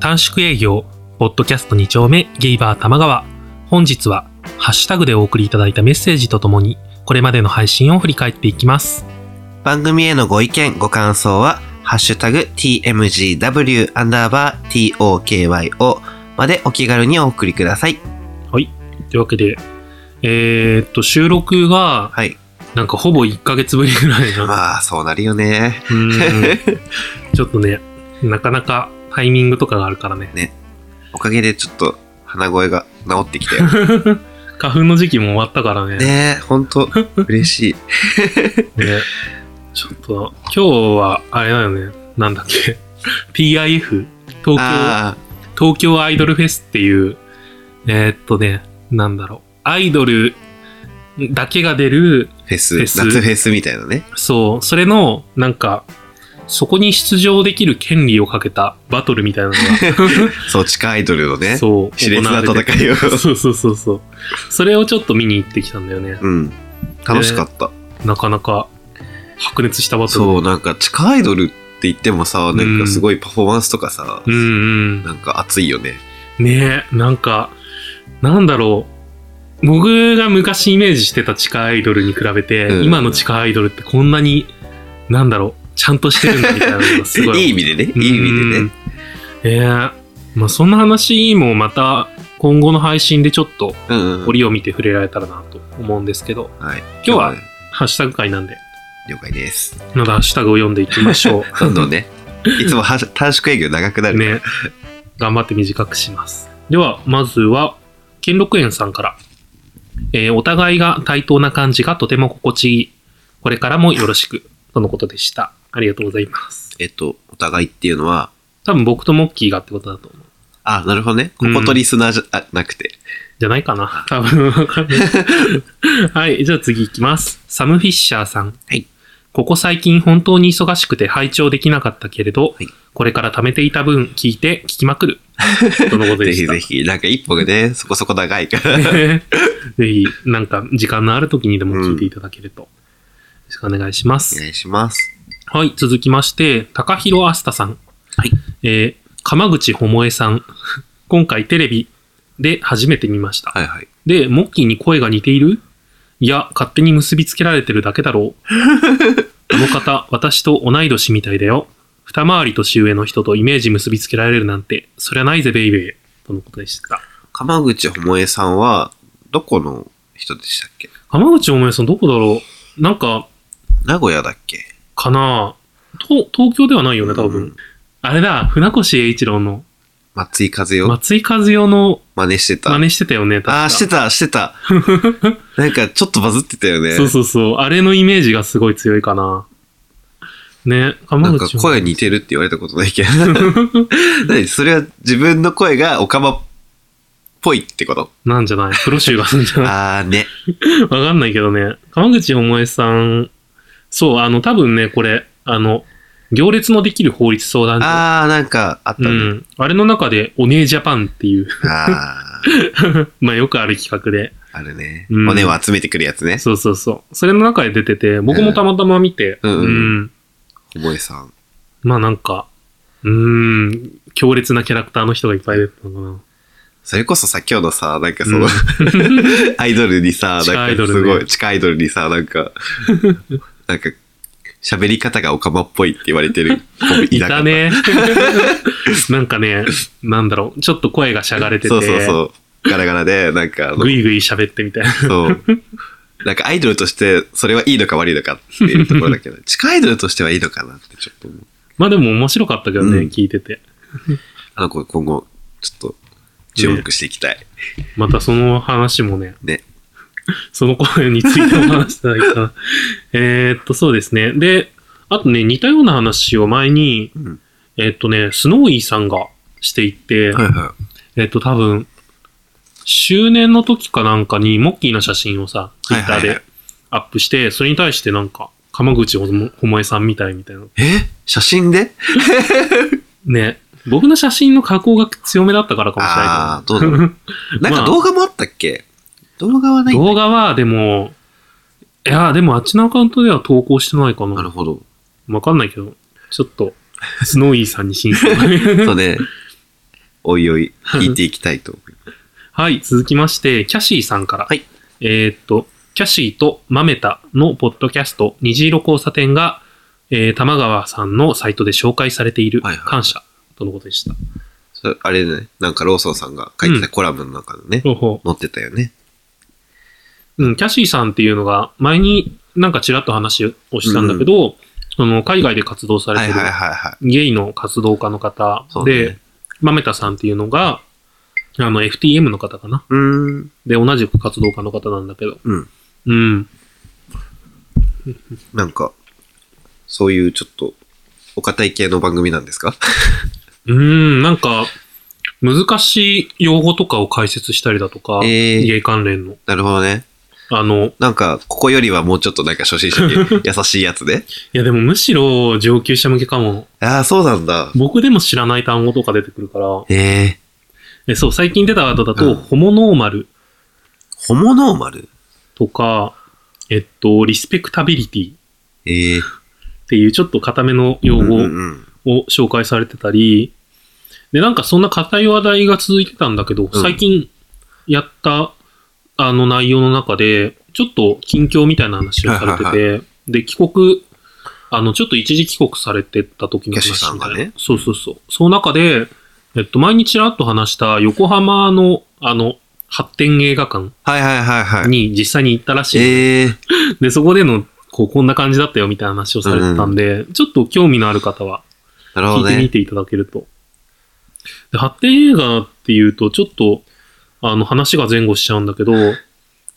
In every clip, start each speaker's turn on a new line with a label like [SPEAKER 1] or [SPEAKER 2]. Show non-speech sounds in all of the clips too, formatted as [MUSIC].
[SPEAKER 1] 短縮営業、ポッドキャスト2丁目ゲイバー玉川。本日は、ハッシュタグでお送りいただいたメッセージとともに、これまでの配信を振り返っていきます。
[SPEAKER 2] 番組へのご意見、ご感想は、ハッシュタグ tmgw アンダーバー tokyo までお気軽にお送りください。
[SPEAKER 1] というわけで、えー、っと、収録が、
[SPEAKER 2] はい。
[SPEAKER 1] なんかほぼ1ヶ月ぶりぐらいな。
[SPEAKER 2] [LAUGHS] まあ、そうなるよね。
[SPEAKER 1] うーんちょっとね、なかなかタイミングとかがあるからね。
[SPEAKER 2] おかげでちょっと鼻声が治ってきたよ。
[SPEAKER 1] [LAUGHS] 花粉の時期も終わったからね。
[SPEAKER 2] ねえ、ほんと、嬉
[SPEAKER 1] [LAUGHS]
[SPEAKER 2] しい。
[SPEAKER 1] ねちょっと、今日は、あれだよね。なんだっけ。PIF? 東京
[SPEAKER 2] あ
[SPEAKER 1] 東京アイドルフェスっていう、えーっとね、なんだろう、アイドルだけが出る、
[SPEAKER 2] あ、フェス、
[SPEAKER 1] フェス
[SPEAKER 2] 夏フェスみたいなね。
[SPEAKER 1] そう、それの、なんか、そこに出場できる権利をかけたバトルみたいなの
[SPEAKER 2] そう、地下アイドルの
[SPEAKER 1] が、
[SPEAKER 2] ね。
[SPEAKER 1] そう、
[SPEAKER 2] 熾烈な
[SPEAKER 1] 行
[SPEAKER 2] 戦いを
[SPEAKER 1] われててそうそうそうそう。それをちょっと見に行ってきたんだよね。
[SPEAKER 2] [LAUGHS] うん。楽しかった。
[SPEAKER 1] なかなか、白熱したバトル。
[SPEAKER 2] そう、なんか地下アイドルって言ってもさ、なんかすごいパフォーマンスとかさ、
[SPEAKER 1] うんうん。
[SPEAKER 2] なんか熱いよね。
[SPEAKER 1] ねえ、なんか、なんだろう。僕が昔イメージしてた地下アイドルに比べて、
[SPEAKER 2] うん
[SPEAKER 1] 今の地下アイドルってこんなに、なんだろう、ちゃんとしてるんだみたいなのがすごい。
[SPEAKER 2] [LAUGHS] いい意味でね、い
[SPEAKER 1] うん
[SPEAKER 2] い意味でね。。
[SPEAKER 1] ええまあそんな話もまた今後の配信でちょっと
[SPEAKER 2] うんうんうん。
[SPEAKER 1] 折を見て触れられたらなと思うんですけど、
[SPEAKER 2] はい。
[SPEAKER 1] 今日はハッシュタグ会なんで、
[SPEAKER 2] 了解です。
[SPEAKER 1] まだハッシュタグを読んでいきましょ
[SPEAKER 2] どんど
[SPEAKER 1] [LAUGHS]
[SPEAKER 2] んね。いつもは短縮営業長くな
[SPEAKER 1] う。
[SPEAKER 2] る。
[SPEAKER 1] ね。頑張って短くします。では、まずは、兼六園さんから。えーお互いが対等な感じがとても心地いい。これからもよろしく。とのことでした。ありがとうございます。
[SPEAKER 2] えっと、お互いっていうのは、
[SPEAKER 1] 多分僕とモッキーがってことだと思う。
[SPEAKER 2] あ、なるほどね。こことリスナーじゃあなくて。
[SPEAKER 1] じゃないかな。多分わかん
[SPEAKER 2] [LAUGHS]
[SPEAKER 1] ない。はい。じゃあ次行きます。サム・フィッシャーさん。
[SPEAKER 2] はい
[SPEAKER 1] ここ最近本当に忙しくて拝聴できなかったけれど、
[SPEAKER 2] はい
[SPEAKER 1] これから貯めていた分聞いて聞きまく
[SPEAKER 2] [LAUGHS]
[SPEAKER 1] る。とのこと
[SPEAKER 2] ぜ
[SPEAKER 1] で
[SPEAKER 2] ひ
[SPEAKER 1] した。
[SPEAKER 2] ぜひ。なんか一歩がね、 [LAUGHS] そこそこ長
[SPEAKER 1] [LAUGHS]
[SPEAKER 2] いから。
[SPEAKER 1] ぜひ、なんか、時間のある時にでも聞いていただけると。よろしくお願いしま
[SPEAKER 2] お
[SPEAKER 1] す。
[SPEAKER 2] 願いします。
[SPEAKER 1] はい、続きまして、高弘あすたさん。
[SPEAKER 2] はい。
[SPEAKER 1] えー、鎌口ほもえさん。 [LAUGHS] 今回テレビで初めて見ました。
[SPEAKER 2] はいはい。
[SPEAKER 1] で、モッキーに声が似ているいや、勝手に結びつけられてるだけだ
[SPEAKER 2] [LAUGHS]
[SPEAKER 1] ろう。この方、私と同い年みたいだよ。二回り年上の人とイメージ結びつけられるなんて、そりゃないぜ、ベイベー。とのことでした。
[SPEAKER 2] 鎌口ほもえさんは、どこの人でしたっけ
[SPEAKER 1] 浜口百恵さんどこだろうなんか、
[SPEAKER 2] 名古屋だっけ
[SPEAKER 1] かなと東京ではないよね、多分。
[SPEAKER 2] うん
[SPEAKER 1] あれだ、船越英一郎の、
[SPEAKER 2] 松井風を
[SPEAKER 1] 松井和代の
[SPEAKER 2] 真似してた。
[SPEAKER 1] 真似してたよね、確か
[SPEAKER 2] あー、してた、して
[SPEAKER 1] [LAUGHS]
[SPEAKER 2] た。なんかちょっとバズってたよね。
[SPEAKER 1] そうそうそう。あれのイメージがすごい強いかな。ね、
[SPEAKER 2] な
[SPEAKER 1] 浜
[SPEAKER 2] んか
[SPEAKER 1] 口も
[SPEAKER 2] 声似てるって言われたことないけど。 [LAUGHS] 何それは自分の声がオカマっぽいってこと
[SPEAKER 1] なんじゃないプロ集がするんじゃない
[SPEAKER 2] [LAUGHS] あーね。
[SPEAKER 1] わかんないけどね。浜口百恵さん、そう、あの、多分ね、これ、あの、行列のできる法律相談所。
[SPEAKER 2] あー、なんかあった
[SPEAKER 1] う
[SPEAKER 2] ね。
[SPEAKER 1] ん。あれの中で、お姉ジャパンっていう、 [LAUGHS]
[SPEAKER 2] あ
[SPEAKER 1] まあよくある企画で、
[SPEAKER 2] ー、あるね。
[SPEAKER 1] うん
[SPEAKER 2] 骨を集めてくるやつね。
[SPEAKER 1] そうそうそう。それの中で出てて、僕もたまたま見て、
[SPEAKER 2] うんうん
[SPEAKER 1] うん
[SPEAKER 2] ほもえさん。
[SPEAKER 1] まあなんか、うーん、強烈なキャラクターの人がいっぱい出てたの
[SPEAKER 2] それこそさ、今日のさ、なん
[SPEAKER 1] か
[SPEAKER 2] かそ
[SPEAKER 1] な。
[SPEAKER 2] の、
[SPEAKER 1] うん
[SPEAKER 2] [LAUGHS] アイドルにさ、
[SPEAKER 1] [LAUGHS] 地下ア
[SPEAKER 2] な
[SPEAKER 1] イ
[SPEAKER 2] んか
[SPEAKER 1] ドルね
[SPEAKER 2] すごい、地下アイドルにさ、なん
[SPEAKER 1] [LAUGHS]
[SPEAKER 2] か、なんか、喋り方がオカマっぽいって言われてる子も
[SPEAKER 1] い。
[SPEAKER 2] なかった
[SPEAKER 1] ね。なんかね、なんだろう、ちょっと声がしゃがれてて、
[SPEAKER 2] そうそうそう。ガラガラで、なんかあの
[SPEAKER 1] ぐ、いぐい喋ってみたいな。
[SPEAKER 2] そう。なんかアイドルとして、それはいいのか悪いのかっていうところだ
[SPEAKER 1] [LAUGHS]
[SPEAKER 2] けど、地下アイドルとしてはいいのかなってちょっと思う。
[SPEAKER 1] まあでも面白かったけどね、
[SPEAKER 2] うん
[SPEAKER 1] 聞いてて。
[SPEAKER 2] あの子、今後、ちょっと、注目していきたい。
[SPEAKER 1] またその話もね、
[SPEAKER 2] ね。
[SPEAKER 1] その声についても話してない
[SPEAKER 2] [LAUGHS]
[SPEAKER 1] から。えーっと、そうですね。で、あとね、似たような話を前に、
[SPEAKER 2] うん
[SPEAKER 1] えーっとね、スノーイーさんがしていて、
[SPEAKER 2] はいは
[SPEAKER 1] えっと、多分、周年の時かなんかに、モッキーの写真をさ、ツイッター
[SPEAKER 2] はいはいは
[SPEAKER 1] で
[SPEAKER 2] い
[SPEAKER 1] アップして、それに対してなんか、鎌口ほもほもえさんみたいみたいな。
[SPEAKER 2] い。え写真で
[SPEAKER 1] ね。僕の写真の加工が強めだったからかもしれ
[SPEAKER 2] あ
[SPEAKER 1] な
[SPEAKER 2] あ、どう
[SPEAKER 1] [LAUGHS]
[SPEAKER 2] だろう。なん
[SPEAKER 1] まあ
[SPEAKER 2] か動画もあったっけ動画はないい
[SPEAKER 1] けど。
[SPEAKER 2] ん
[SPEAKER 1] 動
[SPEAKER 2] だ
[SPEAKER 1] 画は、でも、いやー、でもあっちのアカウントでは投稿してないか
[SPEAKER 2] な
[SPEAKER 1] な
[SPEAKER 2] る。ほど。
[SPEAKER 1] わかんないけど、ちょっと、スノーイーさんに申請。
[SPEAKER 2] そうね。おいおい聞いていきたいと思います。
[SPEAKER 1] はい、続きまして、キャシーさんから。
[SPEAKER 2] はい
[SPEAKER 1] えーっと、キャシーとマメタのポッドキャスト、虹色交差点が、えー玉川さんのサイトで紹介されている
[SPEAKER 2] はいはい
[SPEAKER 1] 感謝とのことでした。
[SPEAKER 2] それあれね、なんかローソンさんが書いてたコラムの中のね、
[SPEAKER 1] ほうほ
[SPEAKER 2] 載ってたよね。
[SPEAKER 1] ううん、キャシーさんっていうのが、前になんかちらっと話をしたんだけど、その海外で活動され
[SPEAKER 2] は
[SPEAKER 1] て
[SPEAKER 2] い
[SPEAKER 1] る
[SPEAKER 2] はいはいはい。
[SPEAKER 1] ゲイの活動家の方
[SPEAKER 2] そうね
[SPEAKER 1] で、マメタさんっていうのが、あの FTM の方かな。
[SPEAKER 2] うーん。
[SPEAKER 1] で、同じく活動家の方なんだけど。
[SPEAKER 2] うん。
[SPEAKER 1] うん。
[SPEAKER 2] なんか、そういうちょっと、お堅い系の番組なんですか [LAUGHS]
[SPEAKER 1] うーん、なんか、難しい用語とかを解説したりだとか、
[SPEAKER 2] えー
[SPEAKER 1] ゲイ関連の。
[SPEAKER 2] なるほどね。
[SPEAKER 1] あの、い
[SPEAKER 2] なんか、ここよりはもうちょっとなんか初心者に
[SPEAKER 1] [LAUGHS]
[SPEAKER 2] 優しいやつで。
[SPEAKER 1] やでもむしろ上級者向けかも。
[SPEAKER 2] ああ、そうなんだ。
[SPEAKER 1] 僕でも知らない単語とか出てくるから。
[SPEAKER 2] ええ
[SPEAKER 1] えそう、最近出たワードだと、
[SPEAKER 2] うん
[SPEAKER 1] ホモノーマル
[SPEAKER 2] ホモノーマル
[SPEAKER 1] とか、えっと、リスペクタビリティっ
[SPEAKER 2] ええ
[SPEAKER 1] ていうちょっと固めの用
[SPEAKER 2] うん
[SPEAKER 1] 語
[SPEAKER 2] うんうん。
[SPEAKER 1] を紹介されてたり、で、なんかそんな硬い話題が続いてたんだけど、
[SPEAKER 2] うん
[SPEAKER 1] 最近やったあの内容の中で、ちょっと近況みたいな話をされてて、
[SPEAKER 2] はい
[SPEAKER 1] で、帰国、あの、ちょっと一時帰国されてた時の
[SPEAKER 2] キャシー
[SPEAKER 1] 話
[SPEAKER 2] さん
[SPEAKER 1] みたい
[SPEAKER 2] が
[SPEAKER 1] な。
[SPEAKER 2] ね
[SPEAKER 1] そうそうそう。その中で、えっと、前にちらっと話した横浜の、あの、発展映画館
[SPEAKER 2] はいはいはいはい。
[SPEAKER 1] に実際に行ったらしい。
[SPEAKER 2] ええ
[SPEAKER 1] で、そこでの、こう、こんな感じだったよみたいな話をされてたんで、ちょっと興味のある方は、
[SPEAKER 2] なるほ
[SPEAKER 1] 聞
[SPEAKER 2] ど
[SPEAKER 1] いてみ
[SPEAKER 2] ね。
[SPEAKER 1] ていただけると。で発展映画っていうと、ちょっと、あの、話が前後しちゃうんだ
[SPEAKER 2] [LAUGHS]
[SPEAKER 1] けど、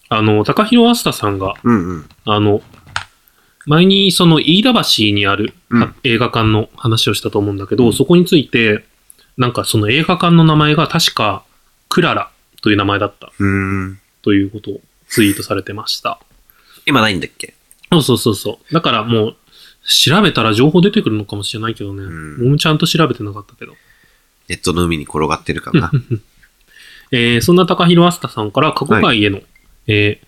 [SPEAKER 1] あの、高広あすたさんが、
[SPEAKER 2] うんうん。
[SPEAKER 1] あの、前にその飯田橋にある
[SPEAKER 2] うん
[SPEAKER 1] は映画館の話をしたと思うんだけど、そこについて、なんかその映画館の名前が確か、クララという名前だった
[SPEAKER 2] うーん。
[SPEAKER 1] ということをツイートされてました。
[SPEAKER 2] 今ないんだっけ
[SPEAKER 1] そうそうそうそう。だからもう、調べたら情報出てくるのかもしれないけどね。
[SPEAKER 2] ん
[SPEAKER 1] 僕もちゃんと調べてなかったけど。
[SPEAKER 2] ネットの海に転がってるかな。
[SPEAKER 1] [LAUGHS] えーそんな高広あすたさんから過去回への、えー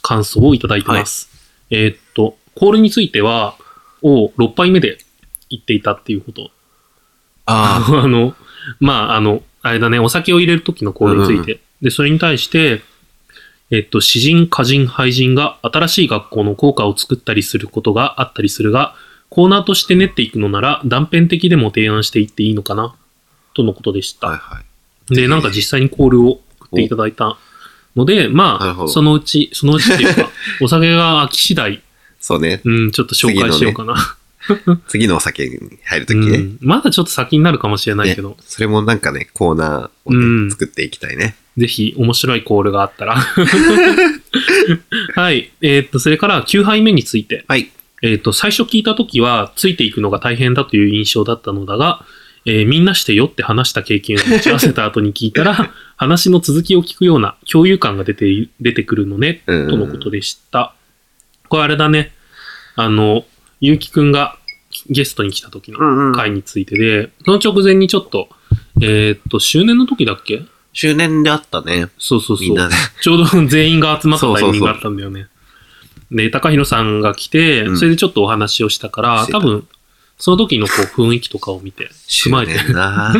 [SPEAKER 1] 感想をいただいてます。えーっと、コールについては、を6杯目で言っていたっていうこと。
[SPEAKER 2] ああ。
[SPEAKER 1] [LAUGHS] あの、まあ、あの、あれだね、お酒を入れる時のコールについて。で、それに対して、えーっと、詩人、歌人、俳人が新しい学校の効果を作ったりすることがあったりするが、コーナーとして練っていくのなら断片的でも提案していっていいのかな、とのことでした。
[SPEAKER 2] はいはい。
[SPEAKER 1] で、なんか実際にコールを送っていただいたので、
[SPEAKER 2] なる
[SPEAKER 1] ま
[SPEAKER 2] ほ
[SPEAKER 1] あ、
[SPEAKER 2] ど
[SPEAKER 1] そのうち、そのうちって
[SPEAKER 2] [LAUGHS]
[SPEAKER 1] いうか、お酒が飽き次第、
[SPEAKER 2] そうね。
[SPEAKER 1] うん、ちょっと紹介しようかな。
[SPEAKER 2] 次のお酒に入ると
[SPEAKER 1] う
[SPEAKER 2] きね。
[SPEAKER 1] ん、まだちょっと先になるかもしれないけど、
[SPEAKER 2] ね、それもなんかね、コーナーをね、
[SPEAKER 1] うん
[SPEAKER 2] 作っていきたいね。
[SPEAKER 1] ぜひ面白いコールがあったら。 [LAUGHS] はい。えーっと、それから9杯目について。
[SPEAKER 2] はい。
[SPEAKER 1] えーっと、最初聞いた時は、ついていくのが大変だという印象だったのだが、えーみんなしてよって話した経験を持ち合わせた後に聞いた
[SPEAKER 2] [LAUGHS]
[SPEAKER 1] ら、話の続きを聞くような共有感が出てい、出てくるのね、
[SPEAKER 2] うん
[SPEAKER 1] とのことでした。これあれだね。あの、ゆうきくんがゲストに来た時の
[SPEAKER 2] ん
[SPEAKER 1] 回についてで、その直前にちょっと、えーっと、周年の時だっけ
[SPEAKER 2] 周年であったね。
[SPEAKER 1] そうそう
[SPEAKER 2] み
[SPEAKER 1] そ
[SPEAKER 2] ん
[SPEAKER 1] う。
[SPEAKER 2] なで。
[SPEAKER 1] ちょうど全員が集まったタイミングがあったんだよね。で、高弘さんが来て
[SPEAKER 2] う、ん
[SPEAKER 1] それでちょっとお話をしたから、
[SPEAKER 2] してた
[SPEAKER 1] 多分、その時のこう雰囲気とかを見て、
[SPEAKER 2] 周
[SPEAKER 1] 踏まえて、
[SPEAKER 2] 年な。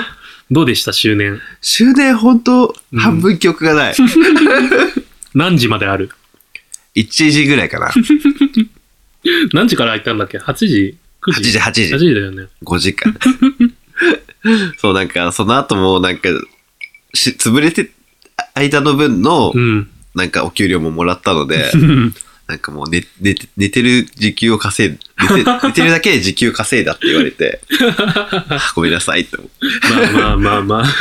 [SPEAKER 1] どうでした周年。
[SPEAKER 2] [LAUGHS] 周年ほんと
[SPEAKER 1] うん、
[SPEAKER 2] 半分記憶が [LAUGHS] ない。
[SPEAKER 1] 何時まである
[SPEAKER 2] 1時ぐらいかな。8
[SPEAKER 1] 何時から開いたんだっけ ?8 時 ?9 時
[SPEAKER 2] 時、8
[SPEAKER 1] ?8
[SPEAKER 2] 時。
[SPEAKER 1] 時だよね。
[SPEAKER 2] 5時 [LAUGHS] 間。そう、なんか、その後も、なんか、し潰れて、あ間の分の
[SPEAKER 1] う、ん。 [LAUGHS]
[SPEAKER 2] なんか、お給料ももらったので、 [LAUGHS] なんかもう寝、寝て、寝てる時給を稼い、寝 [LAUGHS] て寝てるだけで時給稼いだって言われ [LAUGHS] て、あごめんなさいって思う。
[SPEAKER 1] まあまあまあまあ。 [LAUGHS]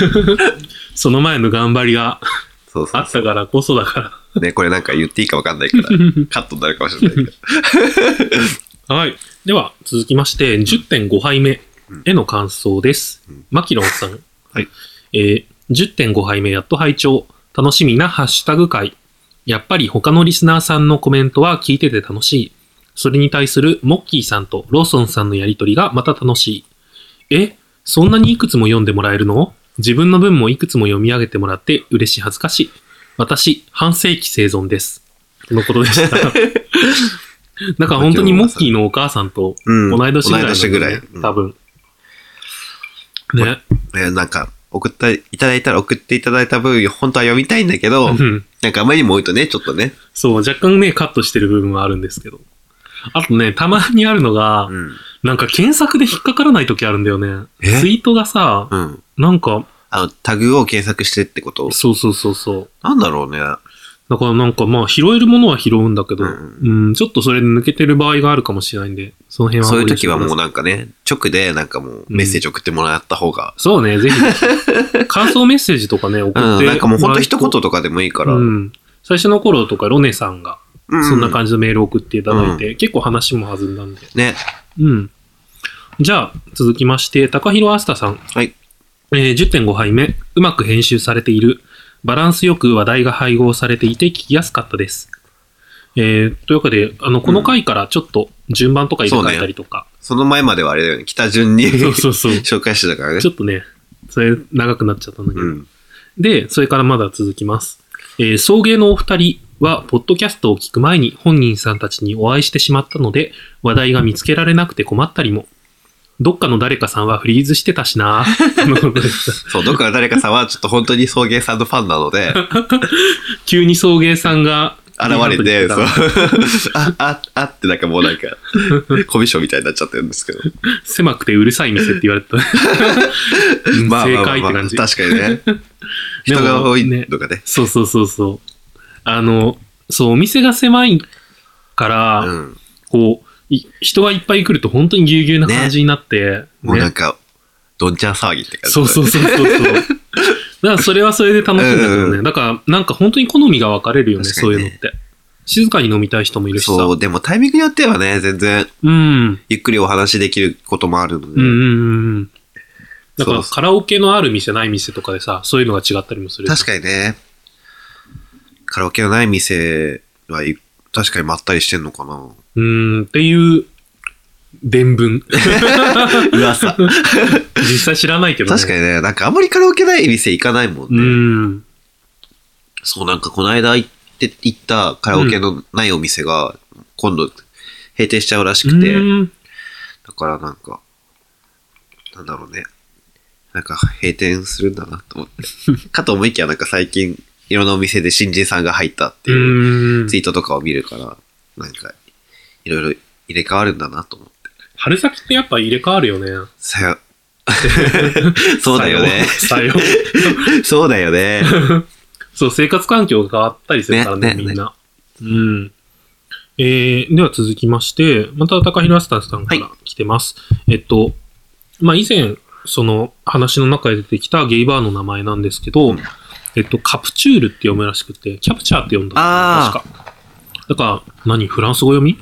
[SPEAKER 1] その前の頑張りが
[SPEAKER 2] そうそ
[SPEAKER 1] あ
[SPEAKER 2] う
[SPEAKER 1] ったからこそだか
[SPEAKER 2] ね、これなんか言っていいかわかんないから、 [LAUGHS] カットになるかもしれないけど。
[SPEAKER 1] ら。はい。では、続きまして、10.5杯目への感想です。マキロンさ [LAUGHS] ん。
[SPEAKER 2] はい。
[SPEAKER 1] えー10.5杯目やっと拝聴楽しみなハッシュタグ会。やっぱり他のリスナーさんのコメントは聞いてて楽しい。それに対するモッキーさんとローソンさんのやりとりがまた楽しい。えそんなにいくつも読んでもらえるの自分の文もいくつも読み上げてもらって嬉しい恥ずかしい。私、半世紀生存です。とのことで [LAUGHS] した。なんか本当にモッキーのお母さんと
[SPEAKER 2] うん
[SPEAKER 1] 同い年ぐらい、
[SPEAKER 2] 同い年ぐらいうん
[SPEAKER 1] 多分。
[SPEAKER 2] ん
[SPEAKER 1] ね。
[SPEAKER 2] えーなんか、送っていただいたら送っていただいた分、本当は読みたいんだけど、
[SPEAKER 1] うん
[SPEAKER 2] なんかあまりにも多いとね、ちょっとね。
[SPEAKER 1] そう、若干ね、カットしてる部分はあるんですけど。あとね、たまにあるのが、
[SPEAKER 2] うん。
[SPEAKER 1] なんか検索で引っかからない時あるんだよね。
[SPEAKER 2] え
[SPEAKER 1] ツイートがさ、
[SPEAKER 2] うん。
[SPEAKER 1] なんか、
[SPEAKER 2] あの、タグを検索してってこと
[SPEAKER 1] そうそうそうそう。
[SPEAKER 2] なんだろうね。
[SPEAKER 1] だからなんかまあ拾えるものは拾うんだけど、
[SPEAKER 2] う
[SPEAKER 1] うんん、ちょっとそれで抜けてる場合があるかもしれないんで、その辺は
[SPEAKER 2] そういう時はもう
[SPEAKER 1] う。
[SPEAKER 2] なんかね、直でなんかもうメッセージ送ってもらった方が。
[SPEAKER 1] そうね、ぜひ。
[SPEAKER 2] [LAUGHS]
[SPEAKER 1] 感想メッセージとかね、送って
[SPEAKER 2] う
[SPEAKER 1] もらえ
[SPEAKER 2] ん、
[SPEAKER 1] ると。
[SPEAKER 2] なんかもうほんと一言とかでもいいから。
[SPEAKER 1] うん。最初の頃とか、ロネさんが、
[SPEAKER 2] う
[SPEAKER 1] そんな感じのメールを送っていただいて、結構話も弾んだんで。
[SPEAKER 2] じ。ね。
[SPEAKER 1] うん。じゃあ、続きまして、高弘あすたさん。
[SPEAKER 2] はい。
[SPEAKER 1] えー10.5杯目、うまく編集されている。バランスよく話題が配合されていて聞きやすかったです。えーというわけで、あの、この回からちょっと順番とか入れ替えたりとか。
[SPEAKER 2] その前まではあれだよね。北順
[SPEAKER 1] [LAUGHS]
[SPEAKER 2] に
[SPEAKER 1] そうそうそう。
[SPEAKER 2] [LAUGHS] 紹介してたからね。
[SPEAKER 1] ちょっとね、それ長くなっちゃったんだけど。
[SPEAKER 2] うん。
[SPEAKER 1] で、それからまだ続きます。えー送迎のお二人は、ポッドキャストを聞く前に本人さんたちにお会いしてしまったので、話題が見つけられなくて困ったりも。どっかの誰かさんはフリーズしてたし
[SPEAKER 2] [LAUGHS]
[SPEAKER 1] なとのことでした
[SPEAKER 2] そう、どっかの誰かさんはちょっと本当に送迎さんのファンなので、
[SPEAKER 1] 急に送迎さんが
[SPEAKER 2] 現れて、
[SPEAKER 1] リハ
[SPEAKER 2] そう [LAUGHS]
[SPEAKER 1] ートに来てた。
[SPEAKER 2] あ、あ、あってなんかも
[SPEAKER 1] [LAUGHS]
[SPEAKER 2] うなんか、コミショみたいになっちゃってるんですけど。
[SPEAKER 1] 狭くてうるさい店って言われてた。うん
[SPEAKER 2] [LAUGHS] まあま
[SPEAKER 1] 正
[SPEAKER 2] あまあ
[SPEAKER 1] 解っ
[SPEAKER 2] ま
[SPEAKER 1] て
[SPEAKER 2] あ、
[SPEAKER 1] 感
[SPEAKER 2] 確
[SPEAKER 1] じ。
[SPEAKER 2] かに
[SPEAKER 1] [LAUGHS]
[SPEAKER 2] ね。人が多い
[SPEAKER 1] ね。
[SPEAKER 2] のがね。
[SPEAKER 1] そうそうそうそう。あの、そう、お店が狭いから、
[SPEAKER 2] うん。
[SPEAKER 1] こう、い人がいっぱい来ると本当にぎゅうぎゅうな感じになって、
[SPEAKER 2] もう
[SPEAKER 1] ね
[SPEAKER 2] なんか、どんちゃん騒ぎって感じだ
[SPEAKER 1] そうそ
[SPEAKER 2] ね。
[SPEAKER 1] うそうそう
[SPEAKER 2] [LAUGHS]
[SPEAKER 1] そう。だからそれはそれで楽しいんだけ
[SPEAKER 2] う
[SPEAKER 1] ど
[SPEAKER 2] んう
[SPEAKER 1] ね。だからなんか本当に好みが分かれるよね、
[SPEAKER 2] 確か
[SPEAKER 1] そ
[SPEAKER 2] に
[SPEAKER 1] う
[SPEAKER 2] ね
[SPEAKER 1] いうのって。静かに飲みたい人もいるしさ。
[SPEAKER 2] そう、でもタイミングによってはね、全然
[SPEAKER 1] うん。
[SPEAKER 2] ゆっくりお話できることもあるの
[SPEAKER 1] うんう
[SPEAKER 2] で、
[SPEAKER 1] んうんうん。だか
[SPEAKER 2] そう
[SPEAKER 1] ら
[SPEAKER 2] そう
[SPEAKER 1] カラオケのある店ない店とかでさ、そういうのが違ったりもする。
[SPEAKER 2] 確かにね、カラオケのない店はゆ確かにまったりしてんのかな。
[SPEAKER 1] うーん、っていう、伝
[SPEAKER 2] [LAUGHS]
[SPEAKER 1] 聞。
[SPEAKER 2] 噂。
[SPEAKER 1] [LAUGHS] 実際知らないけどね。
[SPEAKER 2] 確かにね、なんかあんまりカラオケない店行かないもん
[SPEAKER 1] う
[SPEAKER 2] ね。
[SPEAKER 1] ん。
[SPEAKER 2] そう、なんかこの間行って、行ったカラオケのないお店が、今度閉店しちゃうらしくて、
[SPEAKER 1] うん
[SPEAKER 2] だからなんか、なんだろうね。なんか閉店するんだなと思
[SPEAKER 1] [LAUGHS]
[SPEAKER 2] って。かと思いきやなんか最近いろんなお店で新人さんが入ったって
[SPEAKER 1] う
[SPEAKER 2] いうんツイートとかを見るから、なんかいろいろ入れ替わるんだなと思って。
[SPEAKER 1] 春先ってやっぱ入れ替わるよね。[LAUGHS]
[SPEAKER 2] さよ、そうだよね。
[SPEAKER 1] さよう。さよう
[SPEAKER 2] そうだよね。
[SPEAKER 1] そう、生活環境が変わったりするからね、
[SPEAKER 2] ねね
[SPEAKER 1] みんな。うん。えー、では続きまして、また高平明日さんから来てます。えっと、まあ、以前、その話の中で出てきたゲイバーの名前なんですけど、
[SPEAKER 2] うん
[SPEAKER 1] えっと、カプチュールって読むらしくて、キャプチャーって読んだんだ
[SPEAKER 2] あ
[SPEAKER 1] よね確か。だから、何フランス語読
[SPEAKER 2] [LAUGHS]
[SPEAKER 1] み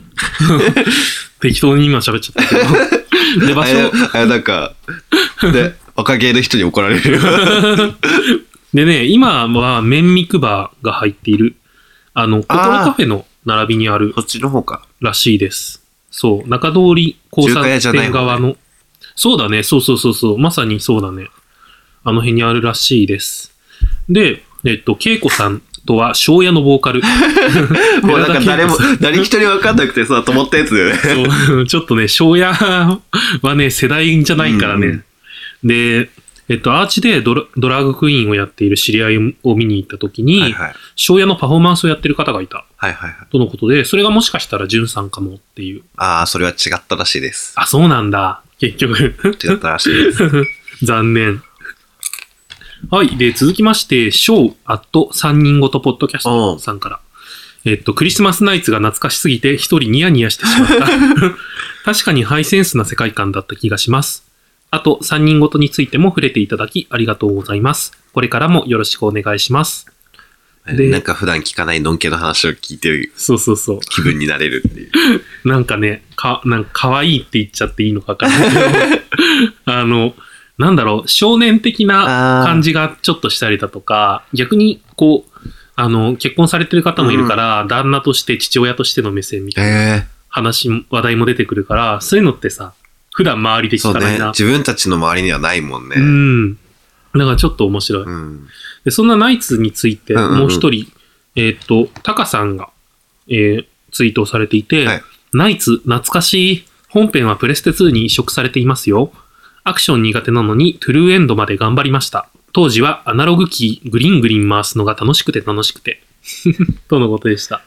[SPEAKER 1] 適当に今喋っちゃった
[SPEAKER 2] [LAUGHS]
[SPEAKER 1] けど。 [LAUGHS] で、場
[SPEAKER 2] あ
[SPEAKER 1] 所
[SPEAKER 2] れ、、あれなんか、で、若芸の人に怒られる
[SPEAKER 1] [LAUGHS]
[SPEAKER 2] よ。
[SPEAKER 1] でね、今は、綿密バーが入っている、あの、コトロカフェの並びにある
[SPEAKER 2] そっちの方か。
[SPEAKER 1] らしいです。そう、中通り交差
[SPEAKER 2] 中華屋じゃない
[SPEAKER 1] 点
[SPEAKER 2] 方ね
[SPEAKER 1] 側の、そうだね、そうそうそうそう、まさにそうだね。あの辺にあるらしいです。で、えっと、恵子さんとは、庄屋のボーカル。
[SPEAKER 2] [LAUGHS] もうなんか誰も
[SPEAKER 1] 寺、
[SPEAKER 2] 誰一人分かんなくてさ、止まったやつだよね。
[SPEAKER 1] 田恵子さんそうち [LAUGHS] ょっとね、庄屋はね、世代じゃないからね。
[SPEAKER 2] うん
[SPEAKER 1] で、えっと、アーチでドラドラァグクイーンをやっている知り合いを見に行った時に、
[SPEAKER 2] はいはい。
[SPEAKER 1] 庄屋のパフォーマンスをやってる方がいた
[SPEAKER 2] はいはいはい。
[SPEAKER 1] とのことで、それがもしかしたら潤さんかもっていう。
[SPEAKER 2] ああ、それは違ったらしいです。
[SPEAKER 1] あ、そうなんだ。結局。
[SPEAKER 2] 違ったらしいです。
[SPEAKER 1] [LAUGHS] 残念。はい。で、続きまして、ショーアット3人ごとポッドキャストさんから。えっと、クリスマスナイツが懐かしすぎて一人ニヤニヤしてしま
[SPEAKER 2] [LAUGHS]
[SPEAKER 1] った。確かにハイセンスな世界観だった気がします。あと、3人ごとについても触れていただきありがとうございます。これからもよろしくお願いします。で
[SPEAKER 2] なんか普段聞かないのんけの話を聞いてる
[SPEAKER 1] そうそうそう。
[SPEAKER 2] 気分になれるっていう。
[SPEAKER 1] なんかね、か、なんか可愛いって言っちゃっていいのかわかんない
[SPEAKER 2] [LAUGHS]
[SPEAKER 1] けど、あの、なんだろう、少年的な
[SPEAKER 2] あー
[SPEAKER 1] 感じがちょっとしたりだとか、逆にこう、あの、結婚されてる方もいるから、旦那として父親としての目線みたいな
[SPEAKER 2] え
[SPEAKER 1] 話も、話題も出てくるから、そういうのってさ、普段周りで
[SPEAKER 2] えそ
[SPEAKER 1] 聞
[SPEAKER 2] う
[SPEAKER 1] かな
[SPEAKER 2] ね
[SPEAKER 1] い。な。
[SPEAKER 2] 自分たちの周りにはないもんね。
[SPEAKER 1] うん。だからちょっと面白い。
[SPEAKER 2] うん。
[SPEAKER 1] で、そんなナイツについて、
[SPEAKER 2] うんうんうん
[SPEAKER 1] もう一人、えーっと、タカさんが、えーツイートをされていて、
[SPEAKER 2] はい
[SPEAKER 1] ナイツ、懐かしい。本編はプレステ2に移植されていますよ。アクション苦手なのに、トゥルーエンドまで頑張りました。当時はアナログキーグリングリン回すのが楽しくて楽しくて。 [LAUGHS] とのことでした。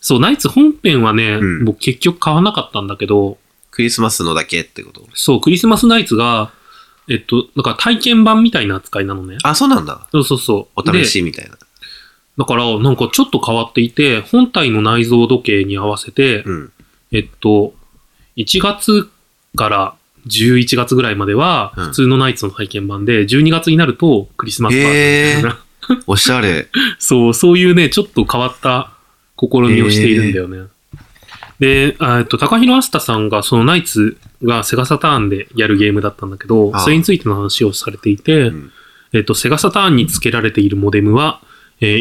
[SPEAKER 1] そう、ナイツ本編はね、
[SPEAKER 2] うん
[SPEAKER 1] 僕結局買わなかったんだけど、
[SPEAKER 2] クリスマスのだけってこと
[SPEAKER 1] そう、クリスマスナイツが、えっと、なんか体験版みたいな扱いなのね。
[SPEAKER 2] あ、そうなんだ。
[SPEAKER 1] そうそうそう。
[SPEAKER 2] お試
[SPEAKER 1] で
[SPEAKER 2] しみたいな。
[SPEAKER 1] だから、なんかちょっと変わっていて、本体の内蔵時計に合わせて、
[SPEAKER 2] うん。
[SPEAKER 1] えっと、1月から11月ぐらいまでは、
[SPEAKER 2] うん
[SPEAKER 1] 普通のナイツの体験版で、12月になるとクリスマスパーティーみたいな。
[SPEAKER 2] おしゃれ。
[SPEAKER 1] [LAUGHS] そう、そういうね、ちょっと変わった試みをしているんだよね。で、あえっと、高弘アスタさんが、そのナイツがセガサターンでやるゲームだったんだけど、
[SPEAKER 2] ああ
[SPEAKER 1] それについての話をされていて、
[SPEAKER 2] ん
[SPEAKER 1] えっと、セガサターンにつけられているモデムは、えー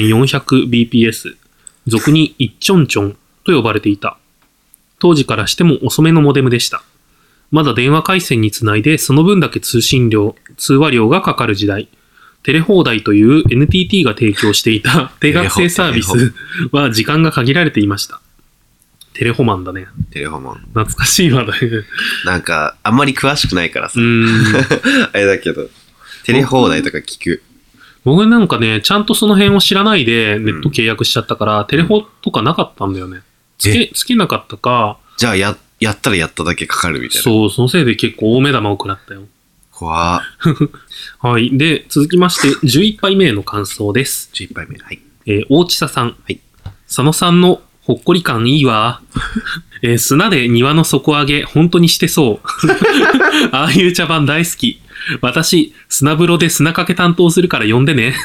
[SPEAKER 1] 14400bps、俗に一ちょんちょんと呼ばれていた。当時からしても遅めのモデムでした。まだ電話回線につないで、その分だけ通信量、通話量がかかる時代。テレ放題という NTT が提供してい
[SPEAKER 2] [LAUGHS]
[SPEAKER 1] た定額制サービスは時間が限られていました。テレホマンだね。
[SPEAKER 2] テレホモン。
[SPEAKER 1] 懐かし
[SPEAKER 2] [LAUGHS]
[SPEAKER 1] いわだね。
[SPEAKER 2] なんか、あんまり詳しくないから
[SPEAKER 1] う
[SPEAKER 2] さ。
[SPEAKER 1] ん。
[SPEAKER 2] あれだけど。テレ放題とか聞く。
[SPEAKER 1] 僕なんかね、ちゃんとその辺を知らないでネット契約しちゃったから、テレホとかなかったんだよね。つけ、つけなかったか、
[SPEAKER 2] じゃあ、や、やったらやっただけかかるみたいな。
[SPEAKER 1] そう、そのせいで結構大目玉を食らったよ。
[SPEAKER 2] 怖っ。
[SPEAKER 1] はい。で、続きまして、11杯目の感想です。
[SPEAKER 2] 11杯目。はい。
[SPEAKER 1] えー大地佐さん。
[SPEAKER 2] はい
[SPEAKER 1] 佐野さんのほっこり感いいわ。 [LAUGHS] えー砂で庭の底上げ、本当にしてそう。 [LAUGHS] ああいう茶番大好き。私、砂風呂で砂かけ担当するから呼んでね。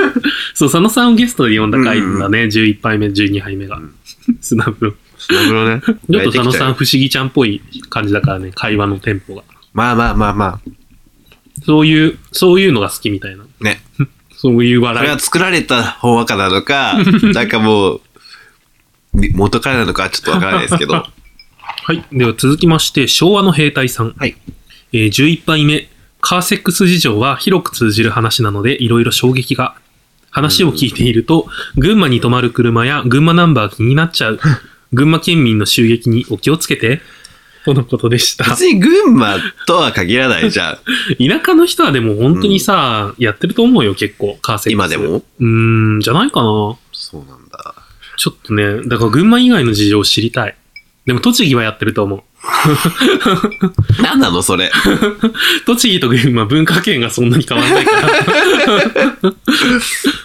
[SPEAKER 1] [LAUGHS] そう、佐野さんをゲストで呼んだ回だね。11杯目、12杯目が。
[SPEAKER 2] うん
[SPEAKER 1] 砂風呂。
[SPEAKER 2] なるほど
[SPEAKER 1] ちょ
[SPEAKER 2] ね。
[SPEAKER 1] っと佐野さん
[SPEAKER 2] ん。
[SPEAKER 1] 不思議ちゃんっぽい感じだからね、会話のテンポが。
[SPEAKER 2] [LAUGHS] まあまあまあま
[SPEAKER 1] そういう、そういうのが好きみたいな。
[SPEAKER 2] あ。ね。
[SPEAKER 1] [LAUGHS] そういう
[SPEAKER 2] こ
[SPEAKER 1] 笑
[SPEAKER 2] れ
[SPEAKER 1] い。
[SPEAKER 2] は作られたほんわかなの
[SPEAKER 1] [LAUGHS]
[SPEAKER 2] か、なんかもう、に元からなのかちょっとわからないですけ
[SPEAKER 1] [LAUGHS]
[SPEAKER 2] ど。は
[SPEAKER 1] はい。では続きまして、昭和の兵隊さん。
[SPEAKER 2] はい。
[SPEAKER 1] えー11杯目。カーセックス事情は広く通じる話なので、いろいろ衝撃が。話を聞いていると、群馬に泊まる車や群馬ナンバー気になっちゃ
[SPEAKER 2] [LAUGHS]
[SPEAKER 1] う。群馬県民の襲撃にお気をつけて。とのことで
[SPEAKER 2] [LAUGHS]
[SPEAKER 1] した。
[SPEAKER 2] 別に群馬とは限らないじゃん。
[SPEAKER 1] 田舎の人はでも本当にさ、やってると思うよ、結構。カーセックス。
[SPEAKER 2] 今でも
[SPEAKER 1] うーん、じゃないかな。
[SPEAKER 2] そうなんだ。
[SPEAKER 1] ちょっとね、だから群馬以外の事情を知りたい。でも栃木はやってると思う。
[SPEAKER 2] なんなのそれ。
[SPEAKER 1] 栃木と群馬文化圏がそんなに変わらないから。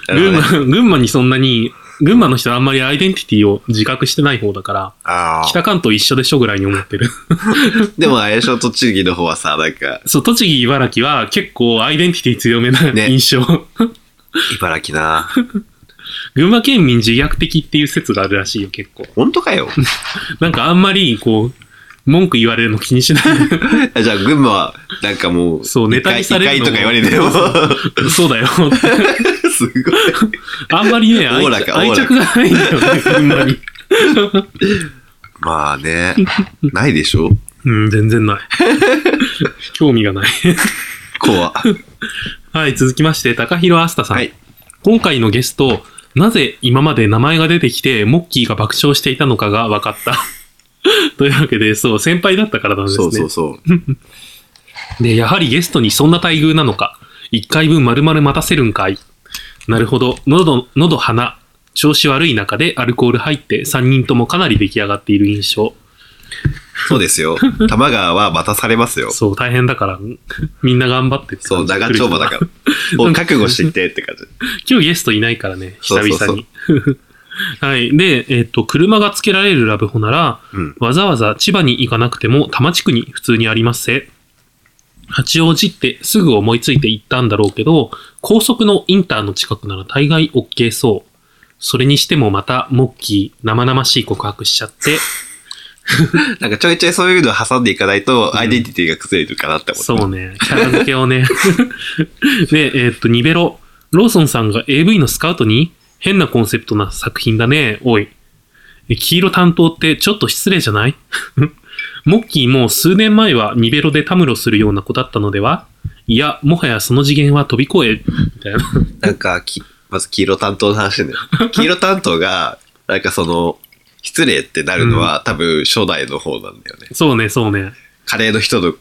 [SPEAKER 1] 群馬、 [LAUGHS] 群馬にそんなに、群馬の人はあんまりアイデンティティを自覚してない方だから、
[SPEAKER 2] ああ。
[SPEAKER 1] 北関東一緒でしょぐらいに思ってる。 [LAUGHS]
[SPEAKER 2] でも、あれでしょ、栃木の方はさ、なんか、
[SPEAKER 1] そう、栃木、茨城は結構アイデンティティ強めな
[SPEAKER 2] ね
[SPEAKER 1] 印象。 [LAUGHS]
[SPEAKER 2] 茨城な。
[SPEAKER 1] 群馬県民自虐的っていう説があるらしいよ、結構。
[SPEAKER 2] 本当か
[SPEAKER 1] [LAUGHS]
[SPEAKER 2] よ。
[SPEAKER 1] なんかあんまり、こう、文句言われるの気にしない。 [LAUGHS]
[SPEAKER 2] じゃあ、群馬は、なんかもう、
[SPEAKER 1] そうネタにされる
[SPEAKER 2] 異
[SPEAKER 1] の
[SPEAKER 2] 界とか言われても、
[SPEAKER 1] そうだよ。 [LAUGHS]
[SPEAKER 2] [LAUGHS] すごい。
[SPEAKER 1] あんまりね、愛
[SPEAKER 2] おおらか
[SPEAKER 1] 愛着がないんだよね、 [LAUGHS] 群馬に。
[SPEAKER 2] まあね、ないでしょ
[SPEAKER 1] うん、全然ない。 [LAUGHS] 興味がない。 [LAUGHS]
[SPEAKER 2] 怖
[SPEAKER 1] はい、続きまして、高弘あすたさん。
[SPEAKER 2] はい。
[SPEAKER 1] 今回のゲスト、なぜ今まで名前が出てきて、モッキーが爆笑していたのかが分かった。 [LAUGHS] というわけで、そう、先輩だったからなんですね。
[SPEAKER 2] そうそうそう。
[SPEAKER 1] で、やはりゲストにそんな待遇なのか。一回分丸々待たせるんかい。なるほど。喉、喉、鼻。調子悪い中でアルコール入って3人ともかなり出来上がっている印象。
[SPEAKER 2] そうです [LAUGHS] よ。多摩川は待たされますよ。
[SPEAKER 1] そう、大変だから、 [LAUGHS] みんな頑張ってって
[SPEAKER 2] そう、
[SPEAKER 1] 感じ
[SPEAKER 2] 長丁場だから。 [LAUGHS] もう覚悟していてって感じ。
[SPEAKER 1] 今日ゲストいないからね、久
[SPEAKER 2] そう
[SPEAKER 1] 々に。
[SPEAKER 2] そうそう
[SPEAKER 1] [LAUGHS] はい。で、えっ、と、車が付けられるラブホなら、
[SPEAKER 2] うん。
[SPEAKER 1] わざわざ千葉に行かなくても多摩地区に普通にありますせ。八王子ってすぐ思いついて行ったんだろうけど、高速のインターの近くなら大概 OK そう。それにしてもまた、モッキー、生々しい告白しちゃって、
[SPEAKER 2] なんかちょいちょいそういうの挟んでいかないと、アイデンティティが崩れるかなって思って。
[SPEAKER 1] そうね、キャラ付けをね。 [LAUGHS] で、えーっと、ニベロ。ローソンさんが AV のスカウトに変なコンセプトな作品だね、おい。え黄色担当ってちょっと失礼じゃない [LAUGHS] モッキーも数年前はニベロでたむろするような子だったのではいや、もはやその次元は飛び越え、みたいな。 [LAUGHS]
[SPEAKER 2] なんかき、まず黄色担当の話 [LAUGHS] ね。黄色担当が、なんかその、失礼ってなるのは、多分初代の方なんだよね。
[SPEAKER 1] そうね、そうね。
[SPEAKER 2] カレーの人の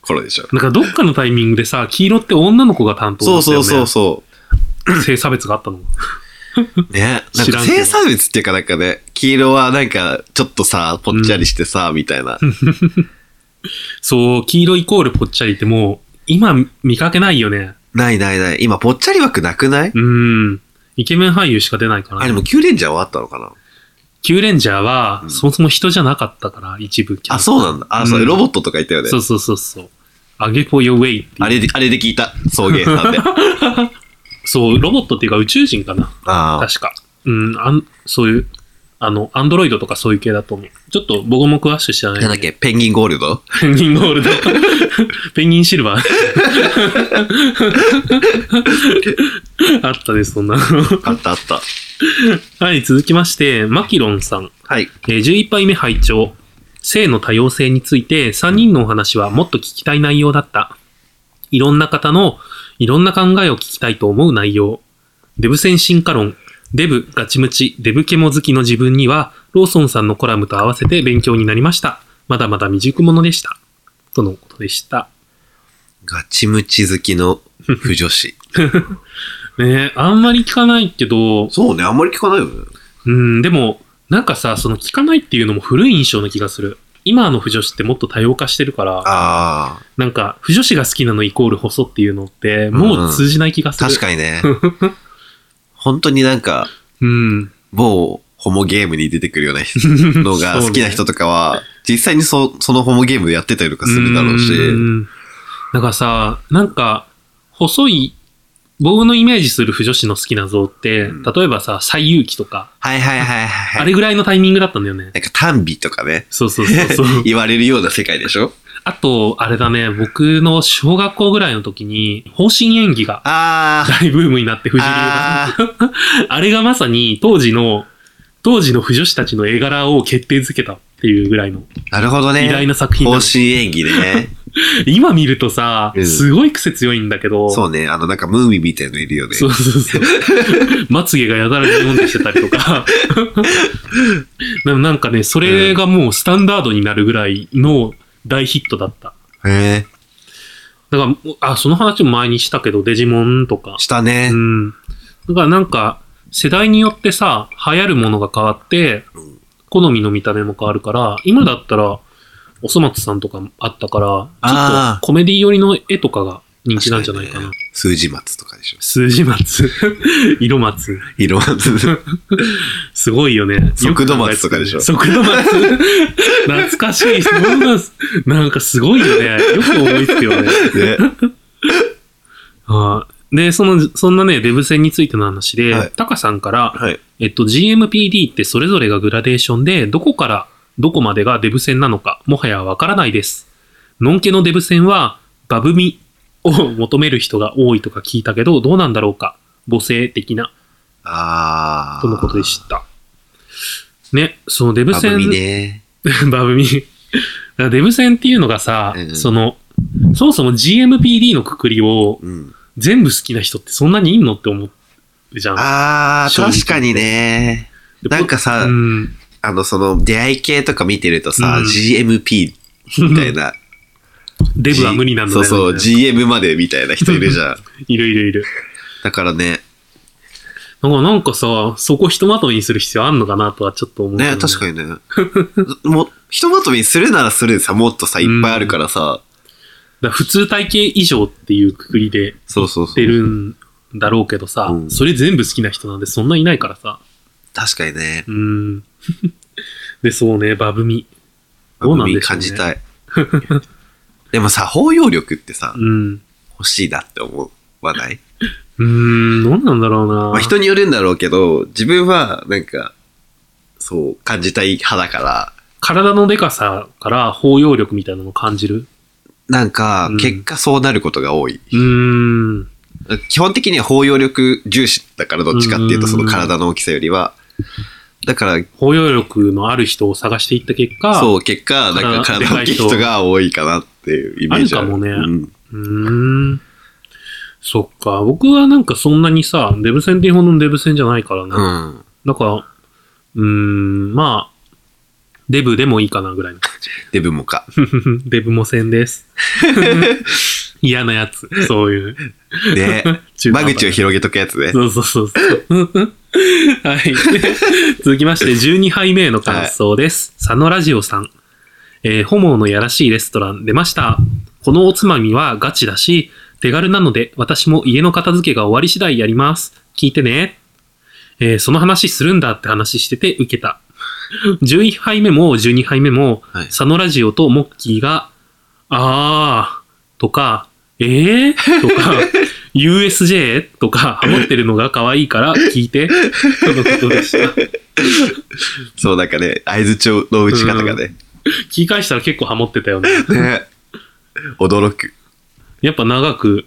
[SPEAKER 2] 頃でしょ。
[SPEAKER 1] なんかどっかのタイミングでさ、黄色って女の子が担当だ
[SPEAKER 2] そう
[SPEAKER 1] った
[SPEAKER 2] そ
[SPEAKER 1] よね。
[SPEAKER 2] うそうそ
[SPEAKER 1] 性差別があったの。
[SPEAKER 2] う。ね。なん
[SPEAKER 1] 知
[SPEAKER 2] から
[SPEAKER 1] んけど
[SPEAKER 2] 性差別っていうかなんかね、黄色はなんかちょっとさ、ぽっちゃりしてさ、みたいな。
[SPEAKER 1] そう、黄色イコールぽっちゃりってもう、今見かけないよね。
[SPEAKER 2] ないないない。今、ぽっちゃり枠なくない
[SPEAKER 1] うん。イケメン俳優しか出ないか
[SPEAKER 2] あ、
[SPEAKER 1] ら
[SPEAKER 2] で。も、キュウレンジャーはあったのかな
[SPEAKER 1] キューレンジャーは、
[SPEAKER 2] うん
[SPEAKER 1] そもそも人じゃなかったから、一部キャラ
[SPEAKER 2] あ、そうなんだ。あ、そうう、
[SPEAKER 1] ん
[SPEAKER 2] ロボットとかいたよね
[SPEAKER 1] そ。うそうそうそう。アゲポヨウェイっていう
[SPEAKER 2] あれで、あれで聞いた。送迎さ
[SPEAKER 1] [LAUGHS]
[SPEAKER 2] んで。
[SPEAKER 1] そう、ロボットっていうか宇宙人かな。
[SPEAKER 2] ああ。
[SPEAKER 1] 確か。うん、あんそういう、あの、アンドロイドとかそういう系だと思う。ちょっと僕も詳しく知らない。
[SPEAKER 2] なんだっけ、ペンギンゴールド
[SPEAKER 1] ペンギンゴー
[SPEAKER 2] [LAUGHS]
[SPEAKER 1] ルド。ペンギンシルバー。 [LAUGHS] あったです、そんなの。
[SPEAKER 2] あったあった。
[SPEAKER 1] はい、続きまして、マキロンさん。
[SPEAKER 2] はい。
[SPEAKER 1] えー11杯目拝聴性の多様性について3人のお話はもっと聞きたい内容だった。いろんな方のいろんな考えを聞きたいと思う内容。デブ先進化論、デブガチムチ、デブケモ好きの自分には、ローソンさんのコラムと合わせて勉強になりました。まだまだ未熟者でした。とのことでした。
[SPEAKER 2] ガチムチ好きの不
[SPEAKER 1] [LAUGHS]
[SPEAKER 2] 女子。
[SPEAKER 1] ねえ、あんまり聞かないけど、
[SPEAKER 2] そうね、あんまり聞かないよね。
[SPEAKER 1] うん、でも、なんかさ、その聞かないっていうのも古い印象の気がする。今の不女子ってもっと多様化してるから、
[SPEAKER 2] ああ、
[SPEAKER 1] なんか、腐女子が好きなのイコール細っていうのって、もう通じない気がする。
[SPEAKER 2] 確か
[SPEAKER 1] [LAUGHS]
[SPEAKER 2] にね。本当になんか、
[SPEAKER 1] うん。
[SPEAKER 2] 某ホモゲームに出てくるよう
[SPEAKER 1] [LAUGHS]
[SPEAKER 2] な人のが好きな人とかは、実際にそそのホモゲームやってたりとかするだろうし、
[SPEAKER 1] ん。なんかさ、なんか、細い、僕のイメージする腐女子の好きな像って、
[SPEAKER 2] うん
[SPEAKER 1] 例えばさ、西遊記とか、
[SPEAKER 2] はいはいはいはい。
[SPEAKER 1] あれぐらいのタイミングだったんだよね。
[SPEAKER 2] なんか、タンビとかね、
[SPEAKER 1] そうそうそうそう。
[SPEAKER 2] [LAUGHS] 言われるような世界でしょ
[SPEAKER 1] あと、あれだね、僕の小学校ぐらいの時に、方針演技が
[SPEAKER 2] ああ、
[SPEAKER 1] 大ブームになって、藤井流が。
[SPEAKER 2] あー
[SPEAKER 1] あれがまさに当時の、当時の腐女子たちの絵柄を決定づけたっていうぐらいの
[SPEAKER 2] なるほどね。
[SPEAKER 1] 偉大な作品だ
[SPEAKER 2] 方
[SPEAKER 1] ね
[SPEAKER 2] 針演技ね。
[SPEAKER 1] 今見るとさ
[SPEAKER 2] う、ん
[SPEAKER 1] すごい癖強いんだけど、
[SPEAKER 2] そうね、あの、なんかムーミンみたいのいるよね。
[SPEAKER 1] そうそうそう
[SPEAKER 2] [LAUGHS]
[SPEAKER 1] まつげがやたらに読んでしてたりとか。 [LAUGHS] でもなんかね、それがもうスタンダードになるぐらいの大ヒットだった。
[SPEAKER 2] へえ、
[SPEAKER 1] だからもう、あ、その話も前にしたけど、デジモンとか。
[SPEAKER 2] した
[SPEAKER 1] う
[SPEAKER 2] ね。
[SPEAKER 1] ん。だからなんか、世代によってさ、流行るものが変わって、好みの見た目も変わるから、今だったら、おそ松さんとかもあったから、ちょっ
[SPEAKER 2] あー
[SPEAKER 1] とコメディ寄りの絵とかが人気なんじゃないかな
[SPEAKER 2] 確。にね数字松とかでしょ。
[SPEAKER 1] 数字松、 [LAUGHS] 色松、
[SPEAKER 2] 色松。
[SPEAKER 1] すごいよね。
[SPEAKER 2] 速度松とかでしょ
[SPEAKER 1] 速度松。懐かしい。そんな、なんかすごいよね。よく思いつくよね。 [LAUGHS]
[SPEAKER 2] ね。
[SPEAKER 1] あーで、その、そんなね、デブ戦についての話で、
[SPEAKER 2] はい
[SPEAKER 1] タカさんから、
[SPEAKER 2] はい。
[SPEAKER 1] えっと、GMPD ってそれぞれがグラデーションで、どこからどこまでがデブ戦なのか、もはやわからないです。ノンケのデブ戦は、バブミを求める人が多いとか聞いたけど、どうなんだろうか。母性的な、
[SPEAKER 2] ああ。
[SPEAKER 1] とのことでした。ね、そのデブ
[SPEAKER 2] バブ
[SPEAKER 1] 戦、
[SPEAKER 2] ミね。
[SPEAKER 1] [LAUGHS] バブミ。だからデブ戦っていうのがさ、
[SPEAKER 2] うん
[SPEAKER 1] その、そもそも GMPD のくくりを
[SPEAKER 2] うん。
[SPEAKER 1] 全部好きな人ってそんなにいんのって思うじゃん。
[SPEAKER 2] ああ、
[SPEAKER 1] 正直
[SPEAKER 2] 確かにね。
[SPEAKER 1] で
[SPEAKER 2] なんかさ
[SPEAKER 1] うん
[SPEAKER 2] あの、その、出会い系とか見てるとさ、
[SPEAKER 1] うん
[SPEAKER 2] GMP みたいな。
[SPEAKER 1] デブは無理なんだよ、
[SPEAKER 2] そうそう、
[SPEAKER 1] みたいな
[SPEAKER 2] GM までみたいな人いるじゃ
[SPEAKER 1] [LAUGHS]
[SPEAKER 2] ん。
[SPEAKER 1] いるいるいる。
[SPEAKER 2] だからね、
[SPEAKER 1] なんかなんかさ、そこひとまとめにする必要あんのかなとはちょっと思うけど。
[SPEAKER 2] ね、確かにね。もう、ひとまとめにするならするでさ、もっとさ、いっぱいあるからさ。
[SPEAKER 1] だから普通体型以上っていうくくりで
[SPEAKER 2] そうそうそ
[SPEAKER 1] 出
[SPEAKER 2] う。
[SPEAKER 1] るんだろうけどさ、
[SPEAKER 2] うん
[SPEAKER 1] それ全部好きな人なんでそんないないからさ。
[SPEAKER 2] 確かにね。
[SPEAKER 1] うーん。で、そうね、バブミ。どうなんでしょうね
[SPEAKER 2] 感じたい。 [LAUGHS] でもさ、包容力ってさ
[SPEAKER 1] う、ん。
[SPEAKER 2] 欲しいなって思わないう
[SPEAKER 1] ーん、どうなんだろうな。
[SPEAKER 2] まあ人によるんだろうけど、自分はなんか、そう感じたい派だから、
[SPEAKER 1] 体のでかさから包容力みたいなのを感じる。
[SPEAKER 2] なんか
[SPEAKER 1] うん
[SPEAKER 2] 結果そうなることが多い。
[SPEAKER 1] うーん。
[SPEAKER 2] 基本的には包容力重視だからどっちかっていう
[SPEAKER 1] うん
[SPEAKER 2] とその体の大きさよりは、だから、
[SPEAKER 1] 包容力のある人を探していった結果、
[SPEAKER 2] そう、結果、なんか
[SPEAKER 1] 体
[SPEAKER 2] 体の大きい人が多いかなっていうイメージ
[SPEAKER 1] あるかもね
[SPEAKER 2] うん
[SPEAKER 1] うーん。そっか。僕はなんかそんなにさ、デブ戦っていうほどのデブ戦じゃないから
[SPEAKER 2] う
[SPEAKER 1] な。
[SPEAKER 2] ん。
[SPEAKER 1] だから、うーん、まあ、デブでもいいかなぐらいの感 [LAUGHS]
[SPEAKER 2] デブモカ。
[SPEAKER 1] デブモ戦
[SPEAKER 2] [LAUGHS]
[SPEAKER 1] です。嫌なやつ。そういう。
[SPEAKER 2] で、
[SPEAKER 1] 中途半
[SPEAKER 2] 間
[SPEAKER 1] 端
[SPEAKER 2] 口を広げとくやつね。
[SPEAKER 1] そうそうそう
[SPEAKER 2] [LAUGHS]
[SPEAKER 1] そう。はい。続きまして、12杯目の感想です。佐野ラジオさん。えー、ホモのやらしいレストラン出ました。このおつまみはガチだし、手軽なので、私も家の片付けが終わり次第やります。聞いてね。えーその話するんだって話してて受けた。11杯目も12杯目も、
[SPEAKER 2] はい
[SPEAKER 1] 佐野ラジオとモッキーが、あー、とか、えー、と
[SPEAKER 2] [LAUGHS]
[SPEAKER 1] か、USJ? とか、ハモってるのが可愛いから聞いて、とのことでした。
[SPEAKER 2] そう、なんかね、合図帳の打ち方がね。
[SPEAKER 1] 聞き返したら結構ハモってたよね。
[SPEAKER 2] ね驚く。
[SPEAKER 1] やっぱ長く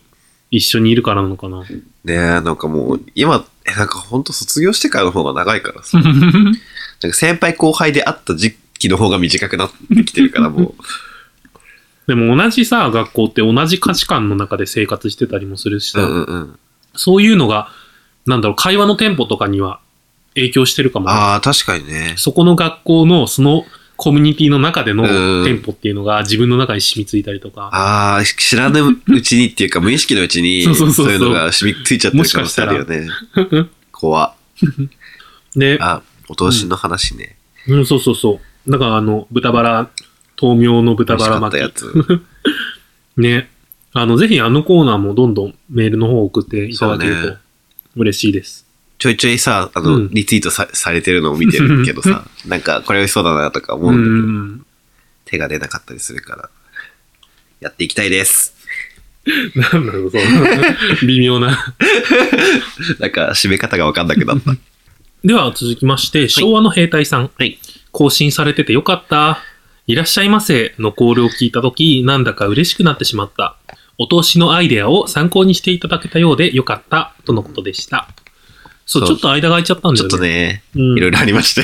[SPEAKER 1] 一緒にいるからなのかな。
[SPEAKER 2] ねなんかもう、今、えなんかほんと卒業してからの方が長いからさ。なんか先輩後輩で会った時期の方が短くなってきてるか
[SPEAKER 1] [LAUGHS]
[SPEAKER 2] ら、も
[SPEAKER 1] でも同じさ、学校って同じ価値観の中で生活してたりもするし
[SPEAKER 2] う。
[SPEAKER 1] さ、
[SPEAKER 2] うんうんうん。
[SPEAKER 1] そういうのが、なんだろう、会話のテンポとかには影響してるかもね、
[SPEAKER 2] ああ、確かにね。
[SPEAKER 1] そこの学校のそのコミュニティの中での
[SPEAKER 2] うん
[SPEAKER 1] テンポっていうのが自分の中に染みついたりとか、
[SPEAKER 2] ああ、知らぬうちにっていうか、無意識のうちに、
[SPEAKER 1] そうそうそうそう
[SPEAKER 2] そういうのが染みついちゃってる可能性あるよね。怖
[SPEAKER 1] で、
[SPEAKER 2] [LAUGHS] あ、お通しの話ね。
[SPEAKER 1] うん、そうそうそう。だからあの、豚バラ、豆苗の豚
[SPEAKER 2] 美味
[SPEAKER 1] バラ
[SPEAKER 2] しか
[SPEAKER 1] 巻
[SPEAKER 2] ったや
[SPEAKER 1] き。
[SPEAKER 2] つ。
[SPEAKER 1] ね。あの、ぜひあのコーナーもどんどんメールの方を送っていただけ
[SPEAKER 2] そ
[SPEAKER 1] る
[SPEAKER 2] う
[SPEAKER 1] と
[SPEAKER 2] ね
[SPEAKER 1] 嬉しいです。
[SPEAKER 2] ちょいちょいさ、あの、
[SPEAKER 1] うん
[SPEAKER 2] リツイートさされてるのを見てるけどさ、なんかこれ美味しそうだなとか思
[SPEAKER 1] う
[SPEAKER 2] うんだけど、
[SPEAKER 1] ん。
[SPEAKER 2] 手が出なかったりするから、やっていきたいです。
[SPEAKER 1] なんだろう、その微妙な。
[SPEAKER 2] なんか締め方がわかんなく
[SPEAKER 1] [LAUGHS]
[SPEAKER 2] なった。
[SPEAKER 1] では続きまして、昭和の兵隊さん。
[SPEAKER 2] はい
[SPEAKER 1] 更新されててよかった。いらっしゃいませのコールを聞いたとき、なんだか嬉しくなってしまった。お通しのアイデアを参考にしていただけたようでよかった。とのことでした。そう、
[SPEAKER 2] そう
[SPEAKER 1] ちょっと間が空いちゃったんだ
[SPEAKER 2] ちょ
[SPEAKER 1] よ
[SPEAKER 2] っ
[SPEAKER 1] ね。
[SPEAKER 2] とね、
[SPEAKER 1] うん
[SPEAKER 2] いろいろありまして、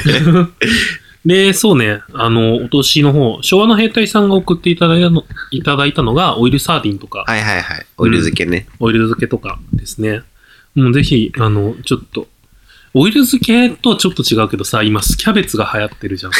[SPEAKER 1] で、そうね、あの、お年の方、昭和の兵隊さんが送っていただいたのいただいたのが、オイルサーディンとか、
[SPEAKER 2] はいはいはい。オイル漬けね。
[SPEAKER 1] オイル漬けとかですね。もうぜひ、あの、ちょっと、オイル漬けとはちょっと違うけどさ、今、スキャベツが流行って
[SPEAKER 2] [LAUGHS]
[SPEAKER 1] るじゃん。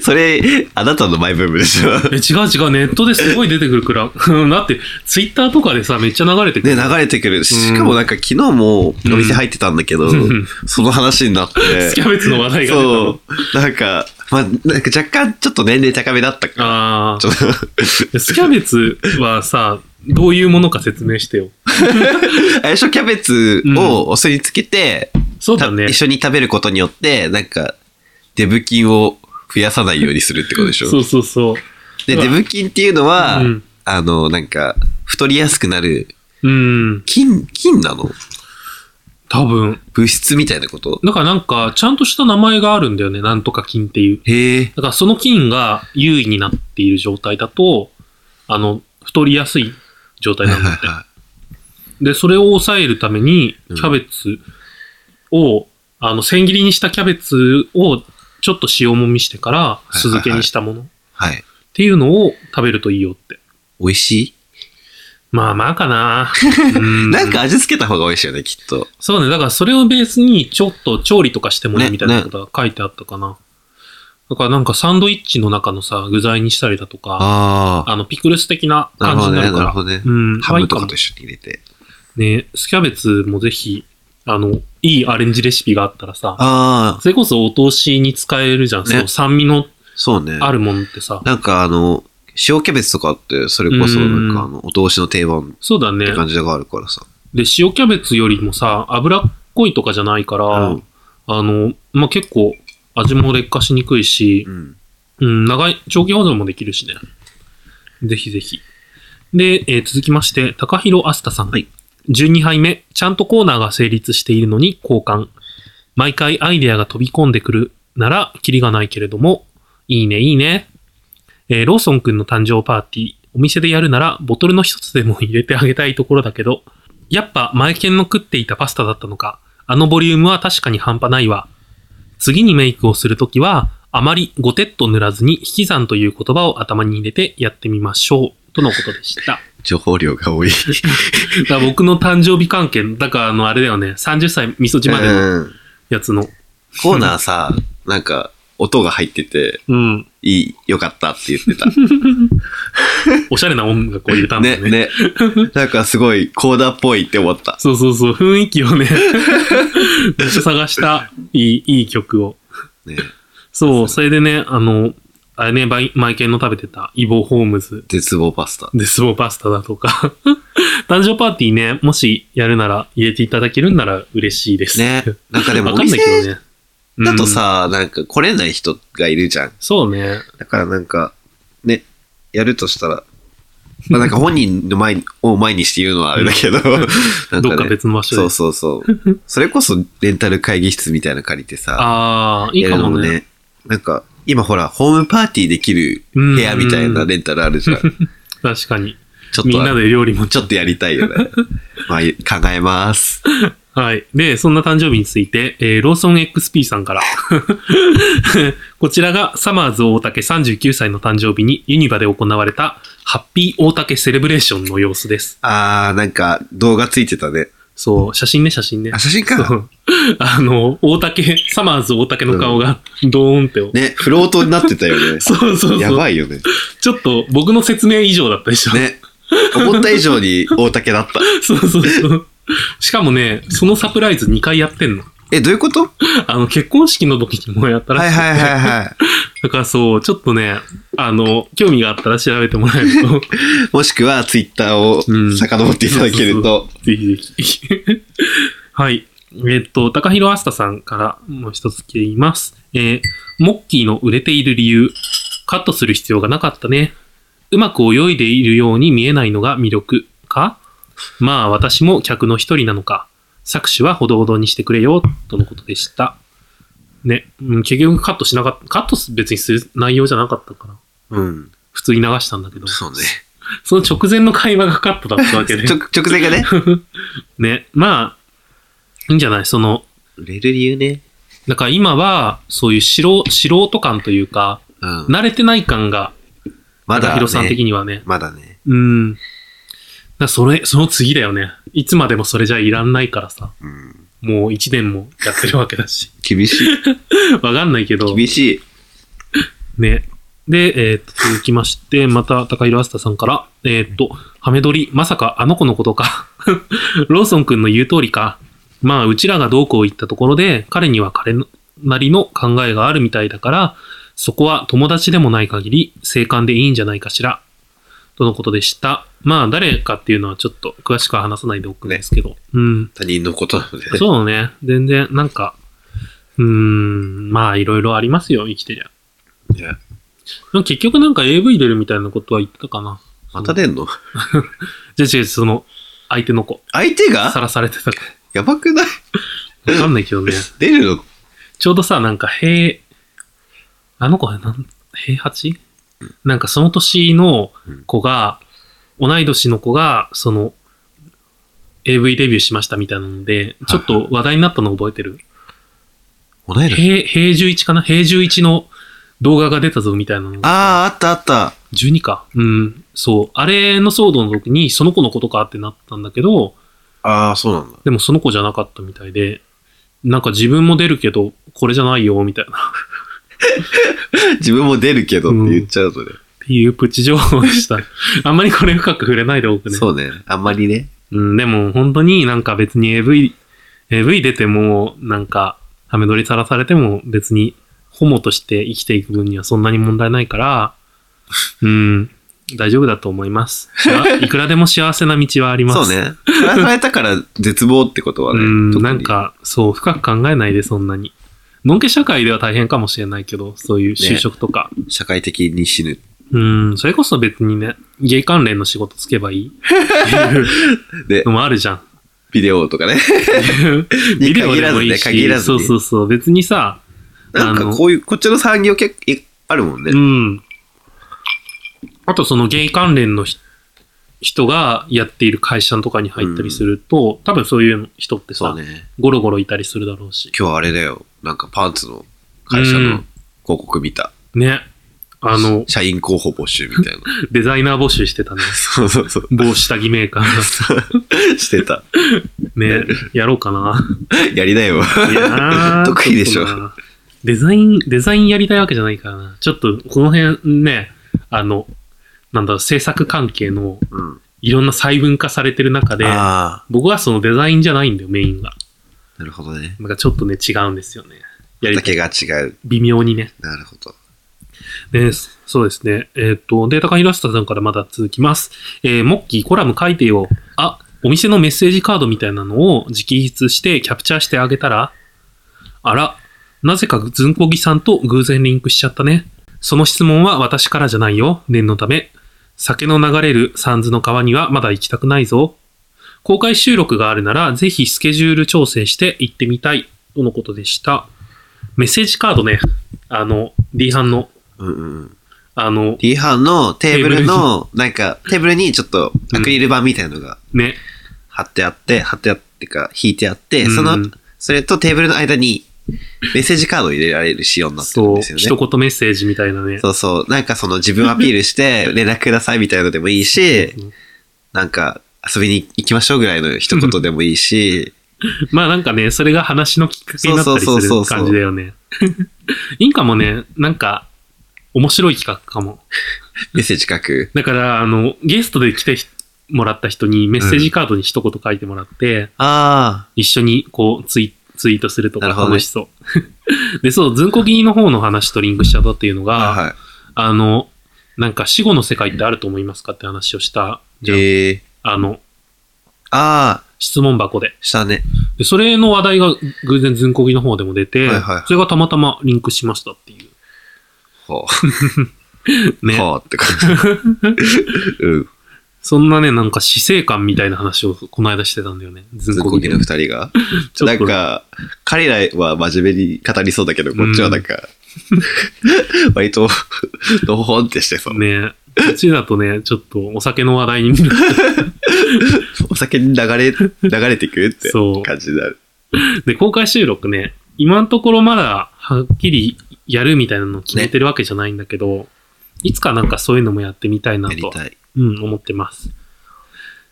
[SPEAKER 2] それ、あなたのマイブームで
[SPEAKER 1] [LAUGHS]
[SPEAKER 2] しょ。
[SPEAKER 1] え違う違う、ネットですごい [LAUGHS] 出てくるから。うんだって、ツイッターとかでさ、めっちゃ流れてく
[SPEAKER 2] ね、
[SPEAKER 1] る。
[SPEAKER 2] 流れてくる。しかもなんか昨日もお店入ってたんだけど、
[SPEAKER 1] うん
[SPEAKER 2] その話になって。
[SPEAKER 1] [LAUGHS] スキャベツの話題が出たの
[SPEAKER 2] そう。なんか、まあ、なんか若干ちょっと年齢高めだったから。
[SPEAKER 1] あ
[SPEAKER 2] ちょっと
[SPEAKER 1] あ、スキャベツはさ、どういうものか説明してよ。
[SPEAKER 2] あれでしょキャベツをお酢につけて、
[SPEAKER 1] そう
[SPEAKER 2] た
[SPEAKER 1] だね
[SPEAKER 2] 一。緒に食べることによって、なんか、デブ菌を増やさないようにするってことでしょ
[SPEAKER 1] そうそうそう。
[SPEAKER 2] で、デブ菌っていうのは、
[SPEAKER 1] うん
[SPEAKER 2] あの、なんか、太りやすくなる、
[SPEAKER 1] うん、
[SPEAKER 2] 菌、菌なの
[SPEAKER 1] 多分。
[SPEAKER 2] 物質みたいなこと
[SPEAKER 1] だからなんか、ちゃんとした名前があるんだよね。なんとか菌っていう。
[SPEAKER 2] へえ。
[SPEAKER 1] だからその菌が優位になっている状態だと、あの、太りやすい状態なんだ
[SPEAKER 2] [LAUGHS]
[SPEAKER 1] って。で、それを抑えるために、キ
[SPEAKER 2] うん
[SPEAKER 1] ャベツを、あの、千切りにしたキャベツを、ちょっと塩もみしてから、
[SPEAKER 2] いはい
[SPEAKER 1] 酢漬けにしたものっ
[SPEAKER 2] はい。
[SPEAKER 1] ていうのを食べるといいよって。
[SPEAKER 2] 美味しい
[SPEAKER 1] まあまあか
[SPEAKER 2] [LAUGHS]
[SPEAKER 1] なうん
[SPEAKER 2] なんか味付けた方が美味しいよね、きっと。
[SPEAKER 1] そうね。だからそれをベースにちょっと調理とかしてもね、
[SPEAKER 2] ね
[SPEAKER 1] みたいなことが書いてあったかな。だからなんかサンドイッチの中のさ、具材にしたりだとか、
[SPEAKER 2] あ
[SPEAKER 1] あの、ピクルス的な
[SPEAKER 2] あ。なる
[SPEAKER 1] 感
[SPEAKER 2] ほ
[SPEAKER 1] じ
[SPEAKER 2] ど
[SPEAKER 1] にな
[SPEAKER 2] ね、
[SPEAKER 1] るか
[SPEAKER 2] なる
[SPEAKER 1] ら。
[SPEAKER 2] ほどね。
[SPEAKER 1] うん、
[SPEAKER 2] ハ
[SPEAKER 1] まあい
[SPEAKER 2] ム
[SPEAKER 1] い
[SPEAKER 2] と
[SPEAKER 1] か
[SPEAKER 2] か
[SPEAKER 1] も
[SPEAKER 2] と一緒に入れて。
[SPEAKER 1] ね、スキャベツもぜひ、あの、いいアレンジレシピがあったらさ、
[SPEAKER 2] ああ、
[SPEAKER 1] それこそお通しに使えるじゃん。
[SPEAKER 2] ね
[SPEAKER 1] その酸味の
[SPEAKER 2] そうね。
[SPEAKER 1] あるものってさ。
[SPEAKER 2] なんかあの、塩キャベツとかって、それこそなん
[SPEAKER 1] う
[SPEAKER 2] か
[SPEAKER 1] ん
[SPEAKER 2] あの、お通しの定番っ
[SPEAKER 1] そうだね
[SPEAKER 2] て。感じがあるからさ。
[SPEAKER 1] で、塩キャベツよりもさ、脂っこいとかじゃないから、
[SPEAKER 2] うん
[SPEAKER 1] あの、まあ、結構味も劣化しにくいし、
[SPEAKER 2] うん。
[SPEAKER 1] うん、長い、長期保存もできるしね。ぜひぜひ。で、えー続きまして、高弘あすたさん。
[SPEAKER 2] はい
[SPEAKER 1] 12杯目、ちゃんとコーナーが成立しているのに交換。毎回アイデアが飛び込んでくるなら、キリがないけれども、いいね、いいね。えーローソンくんの誕生パーティー、お店でやるなら、ボトルの一つでも入れてあげたいところだけど、やっぱ、前剣の食っていたパスタだったのか、あのボリュームは確かに半端ないわ。次にメイクをするときは、あまりごてっと塗らずに引き算という言葉を頭に入れてやってみましょう。とのことでした。
[SPEAKER 2] 情報量が多い。
[SPEAKER 1] だから僕の誕生日関係、だからあの、あれだよね、30歳味噌汁までの
[SPEAKER 2] うん
[SPEAKER 1] やつの。
[SPEAKER 2] コーナーさ、なんか、音が入ってて、
[SPEAKER 1] うん。
[SPEAKER 2] いい、よかったって言って
[SPEAKER 1] [LAUGHS]
[SPEAKER 2] た。
[SPEAKER 1] おしゃれな音楽を入れたんだ
[SPEAKER 2] ね、
[SPEAKER 1] よね。
[SPEAKER 2] ね。なんかすごい、コーダっぽいって思った。
[SPEAKER 1] そうそうそう、雰囲気を [LAUGHS] ね、めっちゃ探した、いい、いい曲を。
[SPEAKER 2] ね。
[SPEAKER 1] そう、それでね、あの、あれね、バイマイケンの食べてた、イボ・ホームズ、
[SPEAKER 2] 絶望パスタ。
[SPEAKER 1] デスボーパスタだとか、 [LAUGHS] 誕生パーティーね、もしやるなら、入れていただけるんなら嬉しいです。
[SPEAKER 2] ね。なんかでも
[SPEAKER 1] わ
[SPEAKER 2] お
[SPEAKER 1] かんない
[SPEAKER 2] 店
[SPEAKER 1] けどね。
[SPEAKER 2] だと
[SPEAKER 1] うん、
[SPEAKER 2] さ、なんか来れない人がいるじゃん。
[SPEAKER 1] そうね。
[SPEAKER 2] だからなんか、ね、やるとしたら、まあなんか本人の前にを前にして言うのはあれだけど、なん
[SPEAKER 1] [LAUGHS] どっ
[SPEAKER 2] か
[SPEAKER 1] か
[SPEAKER 2] ね、
[SPEAKER 1] 別の場所で。
[SPEAKER 2] そうそうそう。それこそレンタル会議室みたいなの借りて
[SPEAKER 1] [LAUGHS]
[SPEAKER 2] さ、
[SPEAKER 1] ああ、いい
[SPEAKER 2] や
[SPEAKER 1] か
[SPEAKER 2] るの
[SPEAKER 1] も
[SPEAKER 2] も
[SPEAKER 1] ね。
[SPEAKER 2] ね、なんか今ほら、ホームパーティーできる部屋みたいなレンタルあるじゃん。
[SPEAKER 1] 確かに。
[SPEAKER 2] ちょっ
[SPEAKER 1] みんな
[SPEAKER 2] と、
[SPEAKER 1] で料理も
[SPEAKER 2] ちょっとやりたいよね。 [LAUGHS] まあ考えます。
[SPEAKER 1] はい。で、そんな誕生日について、えーローソン XP さんから。 [LAUGHS] こちらがサマーズ大竹39歳の誕生日にユニバで行われたハッピー大竹セレブレーションの様子です。
[SPEAKER 2] あー、なんか動画ついてたね。
[SPEAKER 1] そう、写真ね、写真ね
[SPEAKER 2] あ、。写真
[SPEAKER 1] そ
[SPEAKER 2] か。
[SPEAKER 1] うあの、大竹、サマーズ大竹の顔がドーンって。
[SPEAKER 2] ね、フロートになってたよ
[SPEAKER 1] [LAUGHS]
[SPEAKER 2] ね。
[SPEAKER 1] そうそうそう。
[SPEAKER 2] やばいよね。
[SPEAKER 1] ちょっと僕の説明以上だったでしょ。 [LAUGHS]
[SPEAKER 2] ね。思った以上に大竹だった。
[SPEAKER 1] そうそうそう。しかもね、そのサプライズ2回やってんの。
[SPEAKER 2] え、どういうこ
[SPEAKER 1] [LAUGHS]
[SPEAKER 2] とは
[SPEAKER 1] あの、結婚式の時にもやった
[SPEAKER 2] い
[SPEAKER 1] ら
[SPEAKER 2] は
[SPEAKER 1] し
[SPEAKER 2] い
[SPEAKER 1] くて
[SPEAKER 2] はいは
[SPEAKER 1] だからそう、ちょっとね、あの、興味があったら調べてもらえると、
[SPEAKER 2] い。もしくは、ツイッターを
[SPEAKER 1] うん
[SPEAKER 2] 遡っていただけると。
[SPEAKER 1] ぜひぜひ。 [LAUGHS] はい。えっと、高弘あすたさんからもう一つ来ています。えーモッキーの売れている理由、カットする必要がなかったね。うまく泳いでいるように見えないのが魅力かまあ、私も客の一人なのか。搾取はほどほどにしてくれよ、とのことでした。ね、うん、結局カットしなかった、カットす別にする内容じゃなかったかな。
[SPEAKER 2] うん。
[SPEAKER 1] 普通に流したんだけど。
[SPEAKER 2] そうね。
[SPEAKER 1] その直前の会話がカットだったわけで。
[SPEAKER 2] [LAUGHS] ちょ直前が
[SPEAKER 1] [LAUGHS]
[SPEAKER 2] ね。
[SPEAKER 1] ね、まあ、いいんじゃないその、
[SPEAKER 2] 売れる理由ね。
[SPEAKER 1] だから今は、そういう素人素人感というか、
[SPEAKER 2] うん。
[SPEAKER 1] 慣れてない感が、
[SPEAKER 2] ま
[SPEAKER 1] 高
[SPEAKER 2] だ、
[SPEAKER 1] 弘さん的
[SPEAKER 2] ね。
[SPEAKER 1] にはね。
[SPEAKER 2] まだね。
[SPEAKER 1] うん。だからそれ、その次だよね。いつまでもそれじゃいらんないからさ。
[SPEAKER 2] うん。
[SPEAKER 1] もう一年もやってるわけだし。 [LAUGHS]
[SPEAKER 2] 厳しい。
[SPEAKER 1] わかんないけど。
[SPEAKER 2] 厳しい。
[SPEAKER 1] ね。で、えーっと、続きまして、また、高弘あすたさんから、えーっと、ハメ撮り、まさかあの子のことか。 [LAUGHS] ローソンくんの言う通りか。まあ、うちらがどうこう言ったところで、彼には彼なりの考えがあるみたいだから、そこは友達でもない限り、静観でいいんじゃないかしら。とのことでした。まあ、誰かっていうのはちょっと詳しくは話さないでおくんですけど。うん。
[SPEAKER 2] 他人のことなので。
[SPEAKER 1] そうね。全然、なんか、うーん、まあ、いろいろありますよ、生きてりゃ。
[SPEAKER 2] いや
[SPEAKER 1] でも結局なんか AV 出るみたいなことは言ってたかな。
[SPEAKER 2] また出んの
[SPEAKER 1] じゃあ違う、その、相手の子、
[SPEAKER 2] 相手
[SPEAKER 1] さ
[SPEAKER 2] が
[SPEAKER 1] らされてたか。
[SPEAKER 2] やばくない
[SPEAKER 1] わかんないけどね。 [LAUGHS]
[SPEAKER 2] 出るの
[SPEAKER 1] ちょうどさ、なんか、平、あの子はなん、平八なんかその年の子が、同い年の子が、その、AV デビューしましたみたいなので、ちょっと話題になったの覚えて
[SPEAKER 2] [LAUGHS]
[SPEAKER 1] る。
[SPEAKER 2] 同い年。
[SPEAKER 1] 平、平11かな平11の動画が出たぞみたいなのが。
[SPEAKER 2] あー、あったあった。
[SPEAKER 1] 12か。うん。そう。あれの騒動の時に、その子のことかってなったんだけど、
[SPEAKER 2] あー、そうなんだ。
[SPEAKER 1] でもその子じゃなかったみたいで、なんか自分も出るけど、これじゃないよ、みたいな、っ
[SPEAKER 2] 自分も出るけどって言っちゃうとね。
[SPEAKER 1] ていうプチ情報で
[SPEAKER 2] [LAUGHS]
[SPEAKER 1] した。あんまりこれ深く触れないでおくね。
[SPEAKER 2] そうね。あんまりね。
[SPEAKER 1] うん、でも本当になんか別に AV、AV 出ても、なんか、ハメ撮りさらされても別に、ホモとして生きていく分にはそんなに問題ないから、
[SPEAKER 2] [LAUGHS]
[SPEAKER 1] うん、大丈夫だと思います。
[SPEAKER 2] [LAUGHS]
[SPEAKER 1] いくらでも幸せな道はあります。
[SPEAKER 2] そうね。やらされたから絶望ってことはね。
[SPEAKER 1] うん、
[SPEAKER 2] 特に
[SPEAKER 1] なんか、そう、深く考えないで、そんなに。のんけ社会では大変かもしれないけど、そういう就職とか。
[SPEAKER 2] 社会的に死ぬ。
[SPEAKER 1] うん、それこそ別にね、ゲイ関連の仕事つけばいい
[SPEAKER 2] [LAUGHS]
[SPEAKER 1] っていう
[SPEAKER 2] で
[SPEAKER 1] の、もある
[SPEAKER 2] [LAUGHS]
[SPEAKER 1] じゃん。
[SPEAKER 2] ビデオとかね。
[SPEAKER 1] ビデオでもいい
[SPEAKER 2] に限ら
[SPEAKER 1] し、
[SPEAKER 2] ず
[SPEAKER 1] そ
[SPEAKER 2] ね
[SPEAKER 1] うそうそう、別にさ、
[SPEAKER 2] なん
[SPEAKER 1] [LAUGHS] あ
[SPEAKER 2] か
[SPEAKER 1] の
[SPEAKER 2] こういう、こっちの産業結構あるもんね
[SPEAKER 1] う。ん。あとそのゲイ関連のひ人がやっている会社とかに入ったりすると、多分そういう人って
[SPEAKER 2] そ
[SPEAKER 1] さ、
[SPEAKER 2] うね。
[SPEAKER 1] ゴロゴロいたりするだろうし。
[SPEAKER 2] 今日あれだよ。なんかパンツの会社
[SPEAKER 1] うん
[SPEAKER 2] の広告見た。
[SPEAKER 1] ね。あの、
[SPEAKER 2] 社員候補募集みたいな。
[SPEAKER 1] [LAUGHS] デザイナー募集してたね。
[SPEAKER 2] そうそうそう。
[SPEAKER 1] 帽子下着メー
[SPEAKER 2] [LAUGHS]
[SPEAKER 1] カー
[SPEAKER 2] してた。
[SPEAKER 1] ね、やろうかな。
[SPEAKER 2] やりなよ。
[SPEAKER 1] いやー
[SPEAKER 2] [LAUGHS] 得意でしょ
[SPEAKER 1] ちょっとなデザイン、デザインやりたいわけじゃないからな。ちょっと、この辺ね、あの、なんだろう、制作関係の
[SPEAKER 2] うん。
[SPEAKER 1] いろんな細分化されてる中で、
[SPEAKER 2] ああ、
[SPEAKER 1] 僕はそのデザインじゃないんだよ、メインが。
[SPEAKER 2] なるほどね。
[SPEAKER 1] なんかちょっとね、違うんですよね。やりたい。
[SPEAKER 2] 畑が違う。
[SPEAKER 1] 微妙にね。
[SPEAKER 2] なるほど。
[SPEAKER 1] でそうですね。えーっと、データ管理ラスターさんからまだ続きます。えー、モッキーコラム書いてよ。あ、お店のメッセージカードみたいなのを直筆してキャプチャーしてあげたら、あら、なぜかずんこぎさんと偶然リンクしちゃったね。その質問は私からじゃないよ。念のため。酒の流れるサンズの川にはまだ行きたくないぞ。公開収録があるなら、ぜひスケジュール調整して行ってみたい。とのことでした。メッセージカードね。あの、D 班の
[SPEAKER 2] うんうんうん。
[SPEAKER 1] あの、
[SPEAKER 2] リハのテーブルの、なんか、テーブルにちょっとアクリル板みたいなのが
[SPEAKER 1] ね、
[SPEAKER 2] 貼ってあって、貼ってあってか、引いてあって、
[SPEAKER 1] うん
[SPEAKER 2] その、それとテーブルの間にメッセージカードを入れられる仕様になってるん
[SPEAKER 1] そう、
[SPEAKER 2] ですよね。
[SPEAKER 1] 一言メッセージみたいなね。
[SPEAKER 2] そうそう。なんかその自分アピールして、連絡くださいみたいのでもいいし、なんか遊びに行きましょうぐらいの一言でもいいし、
[SPEAKER 1] まあなんかね、それが話のきっかけになったりす
[SPEAKER 2] そうそうそう
[SPEAKER 1] る
[SPEAKER 2] そう
[SPEAKER 1] 感じだよ
[SPEAKER 2] [LAUGHS]
[SPEAKER 1] ね。インカもね、なんか、面白い企画かも。
[SPEAKER 2] メッセージ書く。
[SPEAKER 1] だから、あの、ゲストで来てもらった人にメッセージカードに一言書いてもらって、
[SPEAKER 2] あ
[SPEAKER 1] 一緒にこうツイ、ツイートするとか
[SPEAKER 2] なるほどね
[SPEAKER 1] 楽しそう。 [LAUGHS] で、そう、ずんこぎの方の話とリンクしちゃったっていうのが、
[SPEAKER 2] あ。はいは
[SPEAKER 1] あの、なんか死後の世界ってあると思いますかって話をした、
[SPEAKER 2] い。
[SPEAKER 1] じゃん
[SPEAKER 2] えー、
[SPEAKER 1] あの、
[SPEAKER 2] ああ、
[SPEAKER 1] 質問箱で。
[SPEAKER 2] したね。
[SPEAKER 1] で、それの話題が偶然ズンコギの方でも出て、
[SPEAKER 2] はいはい
[SPEAKER 1] それがたまたまリンクしましたってい
[SPEAKER 2] ほ
[SPEAKER 1] う。
[SPEAKER 2] う。
[SPEAKER 1] ね。
[SPEAKER 2] ほうって感
[SPEAKER 1] [LAUGHS]
[SPEAKER 2] じ。うん。
[SPEAKER 1] そんなね、なんか死生観みたいな話をこの間してたんだよね。ズ
[SPEAKER 2] ず
[SPEAKER 1] ン
[SPEAKER 2] ん
[SPEAKER 1] コ
[SPEAKER 2] こぎ
[SPEAKER 1] ギ
[SPEAKER 2] の
[SPEAKER 1] で
[SPEAKER 2] 二。人が。
[SPEAKER 1] ちょ
[SPEAKER 2] な
[SPEAKER 1] っ
[SPEAKER 2] ん
[SPEAKER 1] と
[SPEAKER 2] か、彼らは真面目に語りそうだけど、こっちはなんか、 [LAUGHS] 割と、のほほんってしてそう。
[SPEAKER 1] ね、こっちだとね、ちょっとお酒の話題に
[SPEAKER 2] [LAUGHS]
[SPEAKER 1] なっ
[SPEAKER 2] お酒に流れ、流れてくるって
[SPEAKER 1] そう
[SPEAKER 2] 感じになる。
[SPEAKER 1] て、公開収録ね、今のところまだはっきりやるみたいなのを決めてるわけじゃないんだけど、いつかなんかそういうのもやってみたいな
[SPEAKER 2] や
[SPEAKER 1] と
[SPEAKER 2] りたい。
[SPEAKER 1] うん、思ってます。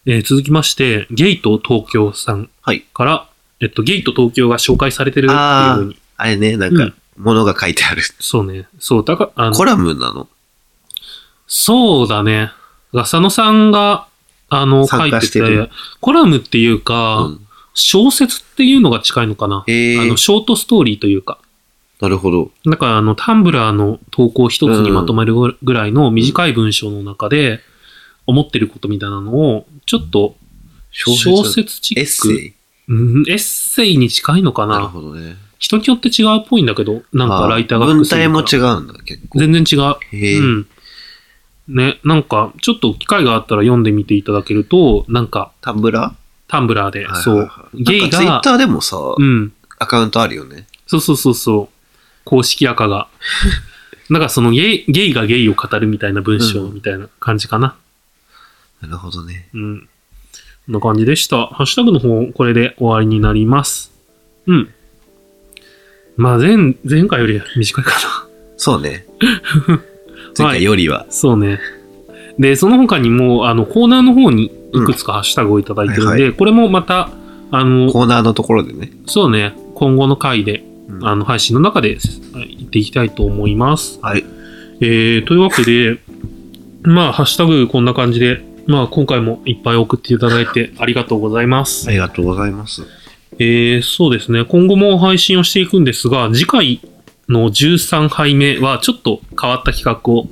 [SPEAKER 1] えー続きまして、ゲイと東京さん
[SPEAKER 2] はい
[SPEAKER 1] から、えっと、ゲイと東京が紹介されてるっていうふうに。
[SPEAKER 2] あれね、なん
[SPEAKER 1] う
[SPEAKER 2] か
[SPEAKER 1] ん、
[SPEAKER 2] 物が書いてある。
[SPEAKER 1] そうね。そう、だから、あの
[SPEAKER 2] コラムなの
[SPEAKER 1] そうだね。浅野さんが、あの、書
[SPEAKER 2] 参
[SPEAKER 1] い
[SPEAKER 2] 加
[SPEAKER 1] て
[SPEAKER 2] してる
[SPEAKER 1] て、コラムっていうか、
[SPEAKER 2] うん。
[SPEAKER 1] 小説っていうのが近いのかな。
[SPEAKER 2] え
[SPEAKER 1] あ
[SPEAKER 2] え
[SPEAKER 1] の、。ショートストーリーというか。
[SPEAKER 2] なるほど。
[SPEAKER 1] だから、あの、タンブラーの投稿一つにまとめるぐらいの短い文章の中で、思ってることみたいなのを、ちょっと、小説チ
[SPEAKER 2] エッ
[SPEAKER 1] ッ
[SPEAKER 2] セ
[SPEAKER 1] ク
[SPEAKER 2] イ。
[SPEAKER 1] うん、エッセイに近いのかな
[SPEAKER 2] なるほどね。
[SPEAKER 1] 人によって違うっぽいんだけど、なんかライターが
[SPEAKER 2] あ文体
[SPEAKER 1] も
[SPEAKER 2] も違うんだ、結構。
[SPEAKER 1] 全然違う。
[SPEAKER 2] へえ。
[SPEAKER 1] うん。ね、なんか、ちょっと機会があったら読んでみていただけると、なんか、
[SPEAKER 2] タンブラ
[SPEAKER 1] タンブラーで、
[SPEAKER 2] ー
[SPEAKER 1] そう、ゲイ
[SPEAKER 2] ツイッ
[SPEAKER 1] が
[SPEAKER 2] タ、ーでもさ、
[SPEAKER 1] うん、
[SPEAKER 2] アカウントあるよね。
[SPEAKER 1] そうそうそうそう、公式赤が。 [LAUGHS] なんかそのゲイ、ゲイがゲイを語るみたいな文章みたいな感じかな。
[SPEAKER 2] なるほどね。
[SPEAKER 1] うん。こんな感じでした。ハッシュタグの方、これで終わりになります。うん。まあ、前、前回より短いかな。
[SPEAKER 2] そ
[SPEAKER 1] [LAUGHS]
[SPEAKER 2] うね。前回よりは。
[SPEAKER 1] そうね。で、その他にも、あの、コーナーの方にいくつかハッシュタグをいただいてるんで、
[SPEAKER 2] はい
[SPEAKER 1] これもまた、あの、
[SPEAKER 2] コーナーのところでね。
[SPEAKER 1] そうね、今後の回で、
[SPEAKER 2] うん
[SPEAKER 1] あの、配信の中で言っていきたいと思います。
[SPEAKER 2] はい。
[SPEAKER 1] えー、というわけで、まあ、ハッシュタグこんな感じで、まあ、今回もいっぱい送っていただいてありがとうございます。
[SPEAKER 2] ありがとうございます。
[SPEAKER 1] えー、そうですね、今後も配信をしていくんですが、次回の13杯目は、ちょっと変わった企画を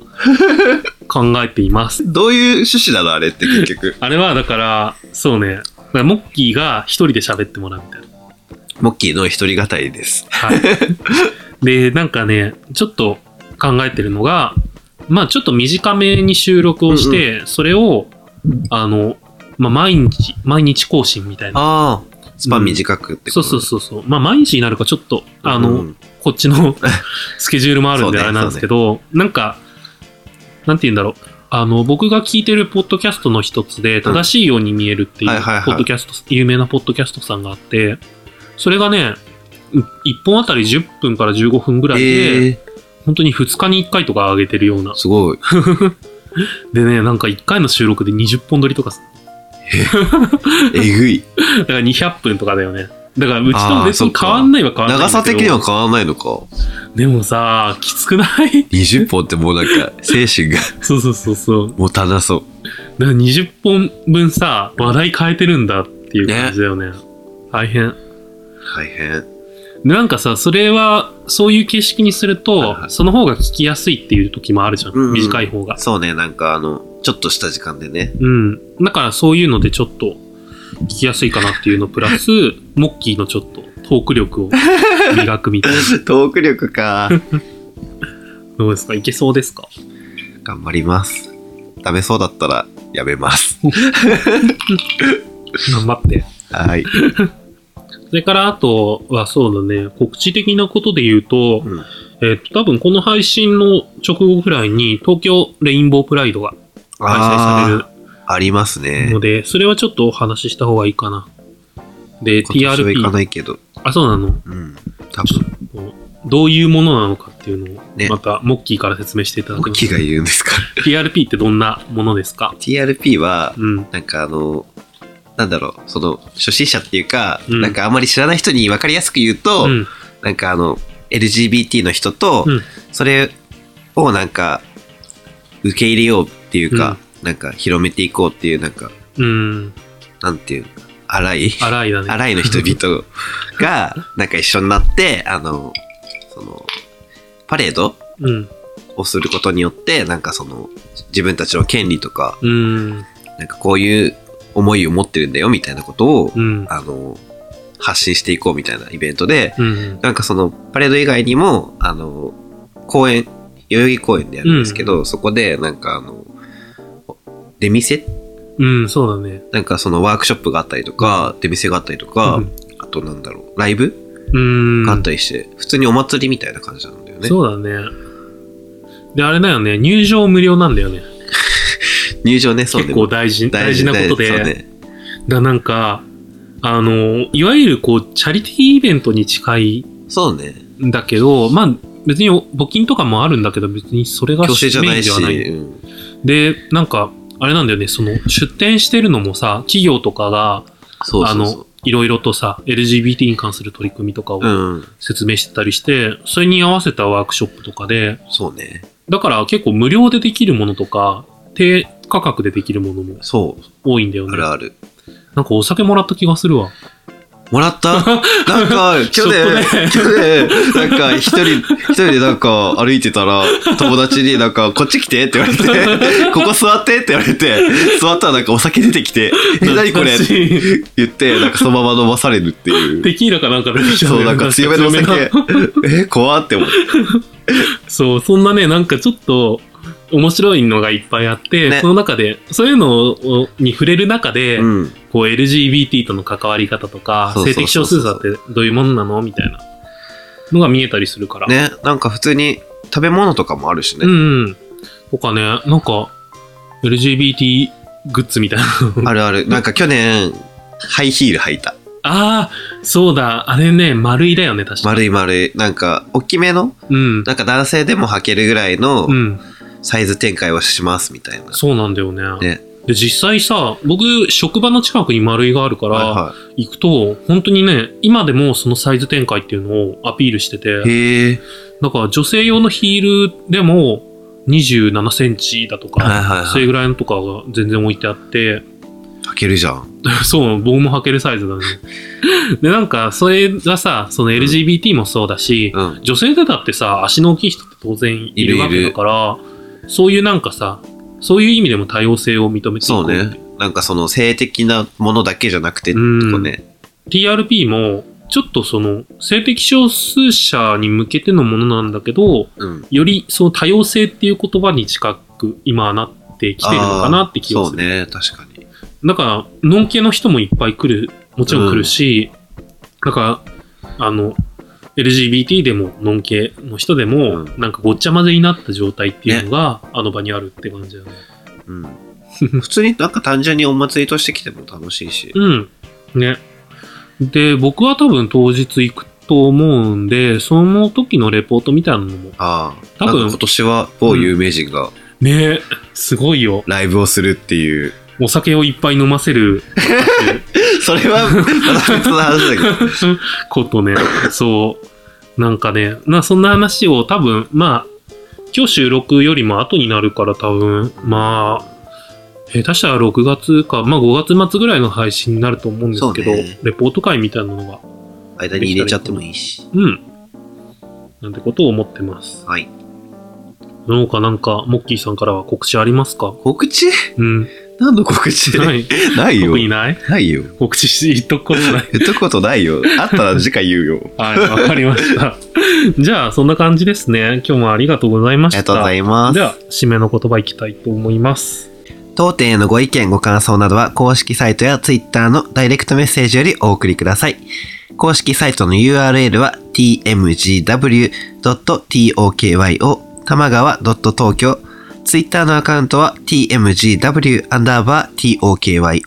[SPEAKER 1] 考えています。
[SPEAKER 2] どういう趣旨なのあれって結局。
[SPEAKER 1] あれはだから、そうね。だからモッキーが一人で喋ってもらうみたいな。
[SPEAKER 2] モッキーの一人語りです。
[SPEAKER 1] はい。
[SPEAKER 2] [LAUGHS]
[SPEAKER 1] で、なんかね、ちょっと考えてるのが、まあちょっと短めに収録をして、それを、あの、まあ毎日、毎日更新みたいな。
[SPEAKER 2] ああ。スパン短くって
[SPEAKER 1] そ
[SPEAKER 2] こと、
[SPEAKER 1] うそうそうそう。まあ毎日になるかちょっと、あの、
[SPEAKER 2] うん
[SPEAKER 1] こっち
[SPEAKER 2] [LAUGHS]
[SPEAKER 1] のスケジュールもあるんで
[SPEAKER 2] そうね
[SPEAKER 1] あれなんですけど、なんか、なんて言うんだろう。あの、僕が聞いてるポッドキャストの一つで、正しいように見えるっていう、
[SPEAKER 2] はいはいはい
[SPEAKER 1] ポッドキャスト、有名なポッドキャストさんがあって、それがね、1本あたり10分から15分ぐらいで、
[SPEAKER 2] ええ
[SPEAKER 1] 本当に2日に1回とか上げてるような。
[SPEAKER 2] す
[SPEAKER 1] [LAUGHS]
[SPEAKER 2] ごい。
[SPEAKER 1] でね、なんか1回の収録で20本撮りとか、
[SPEAKER 2] えぐい。
[SPEAKER 1] だから200分とかだよね。だから、うちと
[SPEAKER 2] あ
[SPEAKER 1] も
[SPEAKER 2] ー
[SPEAKER 1] 別
[SPEAKER 2] そっ
[SPEAKER 1] に
[SPEAKER 2] か
[SPEAKER 1] 変わんないは変わんないんだ
[SPEAKER 2] 長
[SPEAKER 1] けど。
[SPEAKER 2] さ的には変わらないのか。
[SPEAKER 1] でもさ、きつくない [LAUGHS]
[SPEAKER 2] 20本ってもうなんか、精神が
[SPEAKER 1] そうそうそうそう。
[SPEAKER 2] 持たなそう。
[SPEAKER 1] だから20本分さ、話題変えてるんだっていう感じだよね。大変。
[SPEAKER 2] 大変。
[SPEAKER 1] でなんかさ、それは、そういう形式にすると、
[SPEAKER 2] はいはい
[SPEAKER 1] その方が聞きやすいっていう時もあるじゃん。
[SPEAKER 2] うんうん
[SPEAKER 1] 短い方が。
[SPEAKER 2] そうね、なんかあの、ちょっとした時間でね。 [LAUGHS]
[SPEAKER 1] うん。だからそういうのでちょっと聞きやすいかなっていうのプ
[SPEAKER 2] [LAUGHS]
[SPEAKER 1] ラス、モッキーのちょっとトーク力を磨くみ
[SPEAKER 2] [LAUGHS]
[SPEAKER 1] たいな。
[SPEAKER 2] トーク力か。
[SPEAKER 1] どうですかいけそうですか
[SPEAKER 2] 頑張ります。ダメそうだったら、や
[SPEAKER 1] [LAUGHS]
[SPEAKER 2] めます。
[SPEAKER 1] 頑張って。
[SPEAKER 2] はい。
[SPEAKER 1] それからあとはそうだね、告知的なことで言うと、
[SPEAKER 2] うん
[SPEAKER 1] えっ、と、多分この配信の直後くらいに東京レインボープライドが開催される
[SPEAKER 2] ありますね
[SPEAKER 1] の。で、それはちょっとお話しした方がいいかな。で、
[SPEAKER 2] 今年は行か
[SPEAKER 1] TRP。
[SPEAKER 2] ないけど。
[SPEAKER 1] あ、そうなの。
[SPEAKER 2] うん。多分、
[SPEAKER 1] どういうものなのかっていうのを、
[SPEAKER 2] ね
[SPEAKER 1] また、モッキーから説明していただ
[SPEAKER 2] 大
[SPEAKER 1] けま
[SPEAKER 2] き
[SPEAKER 1] す
[SPEAKER 2] いがいるんですから。
[SPEAKER 1] TRP ってどんなものですか
[SPEAKER 2] TRP は、
[SPEAKER 1] うん。
[SPEAKER 2] なんかあの、なんだろう、その、初心者っていうか、
[SPEAKER 1] うん
[SPEAKER 2] なんかあんまり知らない人に分かりやすく言うと、
[SPEAKER 1] うん。
[SPEAKER 2] なんかあの、LGBT の人と、
[SPEAKER 1] うん
[SPEAKER 2] それをなんか、受け入れようっていうか、なんか広めていこうっていう、なんか、
[SPEAKER 1] うん。
[SPEAKER 2] なんていうの、荒い、
[SPEAKER 1] 荒いだね。
[SPEAKER 2] 荒いの人々が、なんか一緒になって、あの、その、パレード
[SPEAKER 1] うん。
[SPEAKER 2] をすることによって、なんかその、自分たちの権利とか、
[SPEAKER 1] うん。
[SPEAKER 2] なんかこういう思いを持ってるんだよみたいなことを、
[SPEAKER 1] うん。
[SPEAKER 2] あの、発信していこうみたいなイベントで、
[SPEAKER 1] うん。
[SPEAKER 2] なんかそのパレード以外にも、あの、公園、代々木公園でやるんですけど、そこでなんかあの、出店
[SPEAKER 1] うん、そうだね。
[SPEAKER 2] なんかそのワークショップがあったりとか、出店があったりとか、
[SPEAKER 1] うん
[SPEAKER 2] あとなんだろう、ライブ
[SPEAKER 1] うん。
[SPEAKER 2] があったりして、普通にお祭りみたいな感じなんだよね。
[SPEAKER 1] そうだね。で、あれだよね、入場無料なんだよね。
[SPEAKER 2] 入場ね、そうね。
[SPEAKER 1] 結構大事、大事なことで。
[SPEAKER 2] 大
[SPEAKER 1] だ
[SPEAKER 2] 事
[SPEAKER 1] か
[SPEAKER 2] ね
[SPEAKER 1] らなんか、あの、いわゆるこう、チャリティーイベントに近い
[SPEAKER 2] そうね。
[SPEAKER 1] んだけど、まあ、別に募金とかもあるんだけど、別にそれが
[SPEAKER 2] 強制じゃな
[SPEAKER 1] メイン
[SPEAKER 2] い
[SPEAKER 1] で
[SPEAKER 2] し、
[SPEAKER 1] はない。
[SPEAKER 2] うん
[SPEAKER 1] で、なんか、あれなんだよね、その、出店してるのもさ、企業とかが、
[SPEAKER 2] そうそうそ
[SPEAKER 1] あの、いろいろとさ、LGBT に関する取り組みとかを
[SPEAKER 2] う。うん。
[SPEAKER 1] 説明してたりして、それに合わせたワークショップとかで、
[SPEAKER 2] そうね。
[SPEAKER 1] だから結構無料でできるものとか、低価格でできるものも
[SPEAKER 2] そ
[SPEAKER 1] 多いんだよ
[SPEAKER 2] う。
[SPEAKER 1] ね
[SPEAKER 2] あ。るある。
[SPEAKER 1] なんかお酒もらった気がするわ。
[SPEAKER 2] もらった
[SPEAKER 1] [LAUGHS]
[SPEAKER 2] なんか、
[SPEAKER 1] ちょ
[SPEAKER 2] 去
[SPEAKER 1] っと
[SPEAKER 2] 年
[SPEAKER 1] ね、
[SPEAKER 2] 去年、なんか、一人、一人でなんか歩いてたら、友達になんか、こっち来てって言わ
[SPEAKER 1] [LAUGHS]
[SPEAKER 2] れて、ここ座ってって言われて、座ったらなんかお酒出てきて、え、 [LAUGHS] 何これ
[SPEAKER 1] [LAUGHS] 懐か
[SPEAKER 2] って
[SPEAKER 1] しい
[SPEAKER 2] 言って、なんかそのまま飲まされるっていう。
[SPEAKER 1] テキーラかなんか出てきた
[SPEAKER 2] そう、なんか強めのお
[SPEAKER 1] 確
[SPEAKER 2] 酒
[SPEAKER 1] か強めな。
[SPEAKER 2] え、怖って思って。
[SPEAKER 1] そう、そんなね、なんかちょっと面白いのがいっぱいあって、
[SPEAKER 2] ね
[SPEAKER 1] その中で、そういうのをに触れる中で、
[SPEAKER 2] うん。
[SPEAKER 1] こう LGBT との関わり方とか
[SPEAKER 2] そ、うそう
[SPEAKER 1] 性
[SPEAKER 2] そう
[SPEAKER 1] 的
[SPEAKER 2] そ
[SPEAKER 1] 少数
[SPEAKER 2] う
[SPEAKER 1] 者ってどういうものなのみたいなのが見えたりするから。
[SPEAKER 2] ね、なんか普通に食べ物とかもあるし
[SPEAKER 1] うん
[SPEAKER 2] ね。
[SPEAKER 1] うん。とかね、なんか LGBT グッズみたいな。 [LAUGHS]
[SPEAKER 2] あるある。なんか去年、ハイヒール履いた。
[SPEAKER 1] ああ、そうだ。あれね、丸いだよね、確か
[SPEAKER 2] 丸い丸い。なんか、大きめの
[SPEAKER 1] うん。
[SPEAKER 2] なんか男性でも履けるぐらいの
[SPEAKER 1] うん。
[SPEAKER 2] サイズ展開をしますみたいな。
[SPEAKER 1] そうなんだよね。
[SPEAKER 2] ね
[SPEAKER 1] で、実際さ、僕、職場の近くに丸いがあるから、
[SPEAKER 2] は
[SPEAKER 1] 行くと、本当にね、今でもそのサイズ展開っていうのをアピールして
[SPEAKER 2] いはい。
[SPEAKER 1] て、
[SPEAKER 2] へえ。
[SPEAKER 1] だから女性用のヒールでも27センチだとか、
[SPEAKER 2] はいはいはい
[SPEAKER 1] それぐらいのとかが全然置いてあって、 [LAUGHS]
[SPEAKER 2] 履けるじゃん。
[SPEAKER 1] そう、僕も履けるサイズだ
[SPEAKER 2] [LAUGHS]
[SPEAKER 1] ね。で、なんか、それがさ、その LGBT もそうだし、
[SPEAKER 2] うん。
[SPEAKER 1] 女性でだってさ、足の大きい人って当然いるわけだから、そういうなんかさ、そういう意味でも多様性を認めていこ
[SPEAKER 2] そううね。なんかその性的なものだけじゃなくてってことね。
[SPEAKER 1] TRP も、ちょっとその、性的少数者に向けてのものなんだけど、
[SPEAKER 2] うん。
[SPEAKER 1] よりその多様性っていう言葉に近く、今はなってきてるのかなって気が
[SPEAKER 2] そ
[SPEAKER 1] す
[SPEAKER 2] う
[SPEAKER 1] る。
[SPEAKER 2] ね。確かに。
[SPEAKER 1] だから、ノン系の人もいっぱい来る、もちろん来るし、なんか、あの、LGBT でも、ノン系の人でも、
[SPEAKER 2] うん
[SPEAKER 1] なんかごっちゃ混ぜになった状態っていうのが、あの場にあるって感じだよね。
[SPEAKER 2] うん。普通になんか単純にお祭りとして来ても楽しいし。
[SPEAKER 1] うん。ね。で、僕は多分当日行くと思うんで、その時のレポートみたいなのも。
[SPEAKER 2] ああ。
[SPEAKER 1] 多
[SPEAKER 2] 多
[SPEAKER 1] 分
[SPEAKER 2] 分今年は某有名人が
[SPEAKER 1] ねすごいよ。
[SPEAKER 2] ライブをするっていう
[SPEAKER 1] お酒をいっぱい飲ませる [LAUGHS]
[SPEAKER 2] それは、また別の話だけど。
[SPEAKER 1] ことね、そう。なんかね、まあそんな話を多分、まあ、今日収録よりも後になるから多分、まあ、下手したら6月か、まあ5月末ぐらいの配信になると思うんですけど、
[SPEAKER 2] そうね
[SPEAKER 1] レポート会みたいなのが、
[SPEAKER 2] 間に入れちゃってもいいし。
[SPEAKER 1] うん。なんてことを思ってます。
[SPEAKER 2] はい。
[SPEAKER 1] その他なんか、モッキーさんからは告知ありますか
[SPEAKER 2] 告知 [LAUGHS]
[SPEAKER 1] うん。
[SPEAKER 2] 何の告知
[SPEAKER 1] な
[SPEAKER 2] ない
[SPEAKER 1] い。
[SPEAKER 2] ないよ
[SPEAKER 1] 特。にない
[SPEAKER 2] ないよ。
[SPEAKER 1] 告知し、言っとくことない。
[SPEAKER 2] 言っとくことないよ。あったら次回言う [LAUGHS] よ。
[SPEAKER 1] はい、わかりました。 [LAUGHS] じゃあ、そんな感じですね。今日もありがとうございま
[SPEAKER 2] あ
[SPEAKER 1] し
[SPEAKER 2] り
[SPEAKER 1] た。
[SPEAKER 2] がとうございます
[SPEAKER 1] で。は、締めの言葉いきたいと思います。
[SPEAKER 2] 当店へのご意見ご感想などは公式サイトや Twitter のダイレクトメッセージよりお送りください公式サイトの URL は tmgw.tokyo 玉川 .tokyo Twitter のアカウントは tmgw アンダーバー tokyo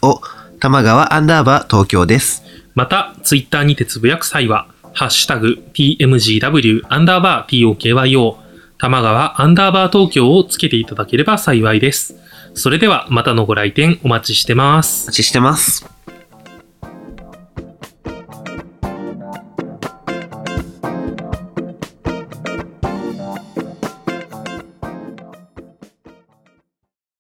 [SPEAKER 2] 玉川アンダーバー東京です
[SPEAKER 1] また、ツイッターにてつぶやく際は、ハッシュタグ、tmgw アンダーバー tokyo、玉川アンダーバー東京をつけていただければ幸いです。それでは、またのご来店お待ちしてます
[SPEAKER 2] お。待ちしてます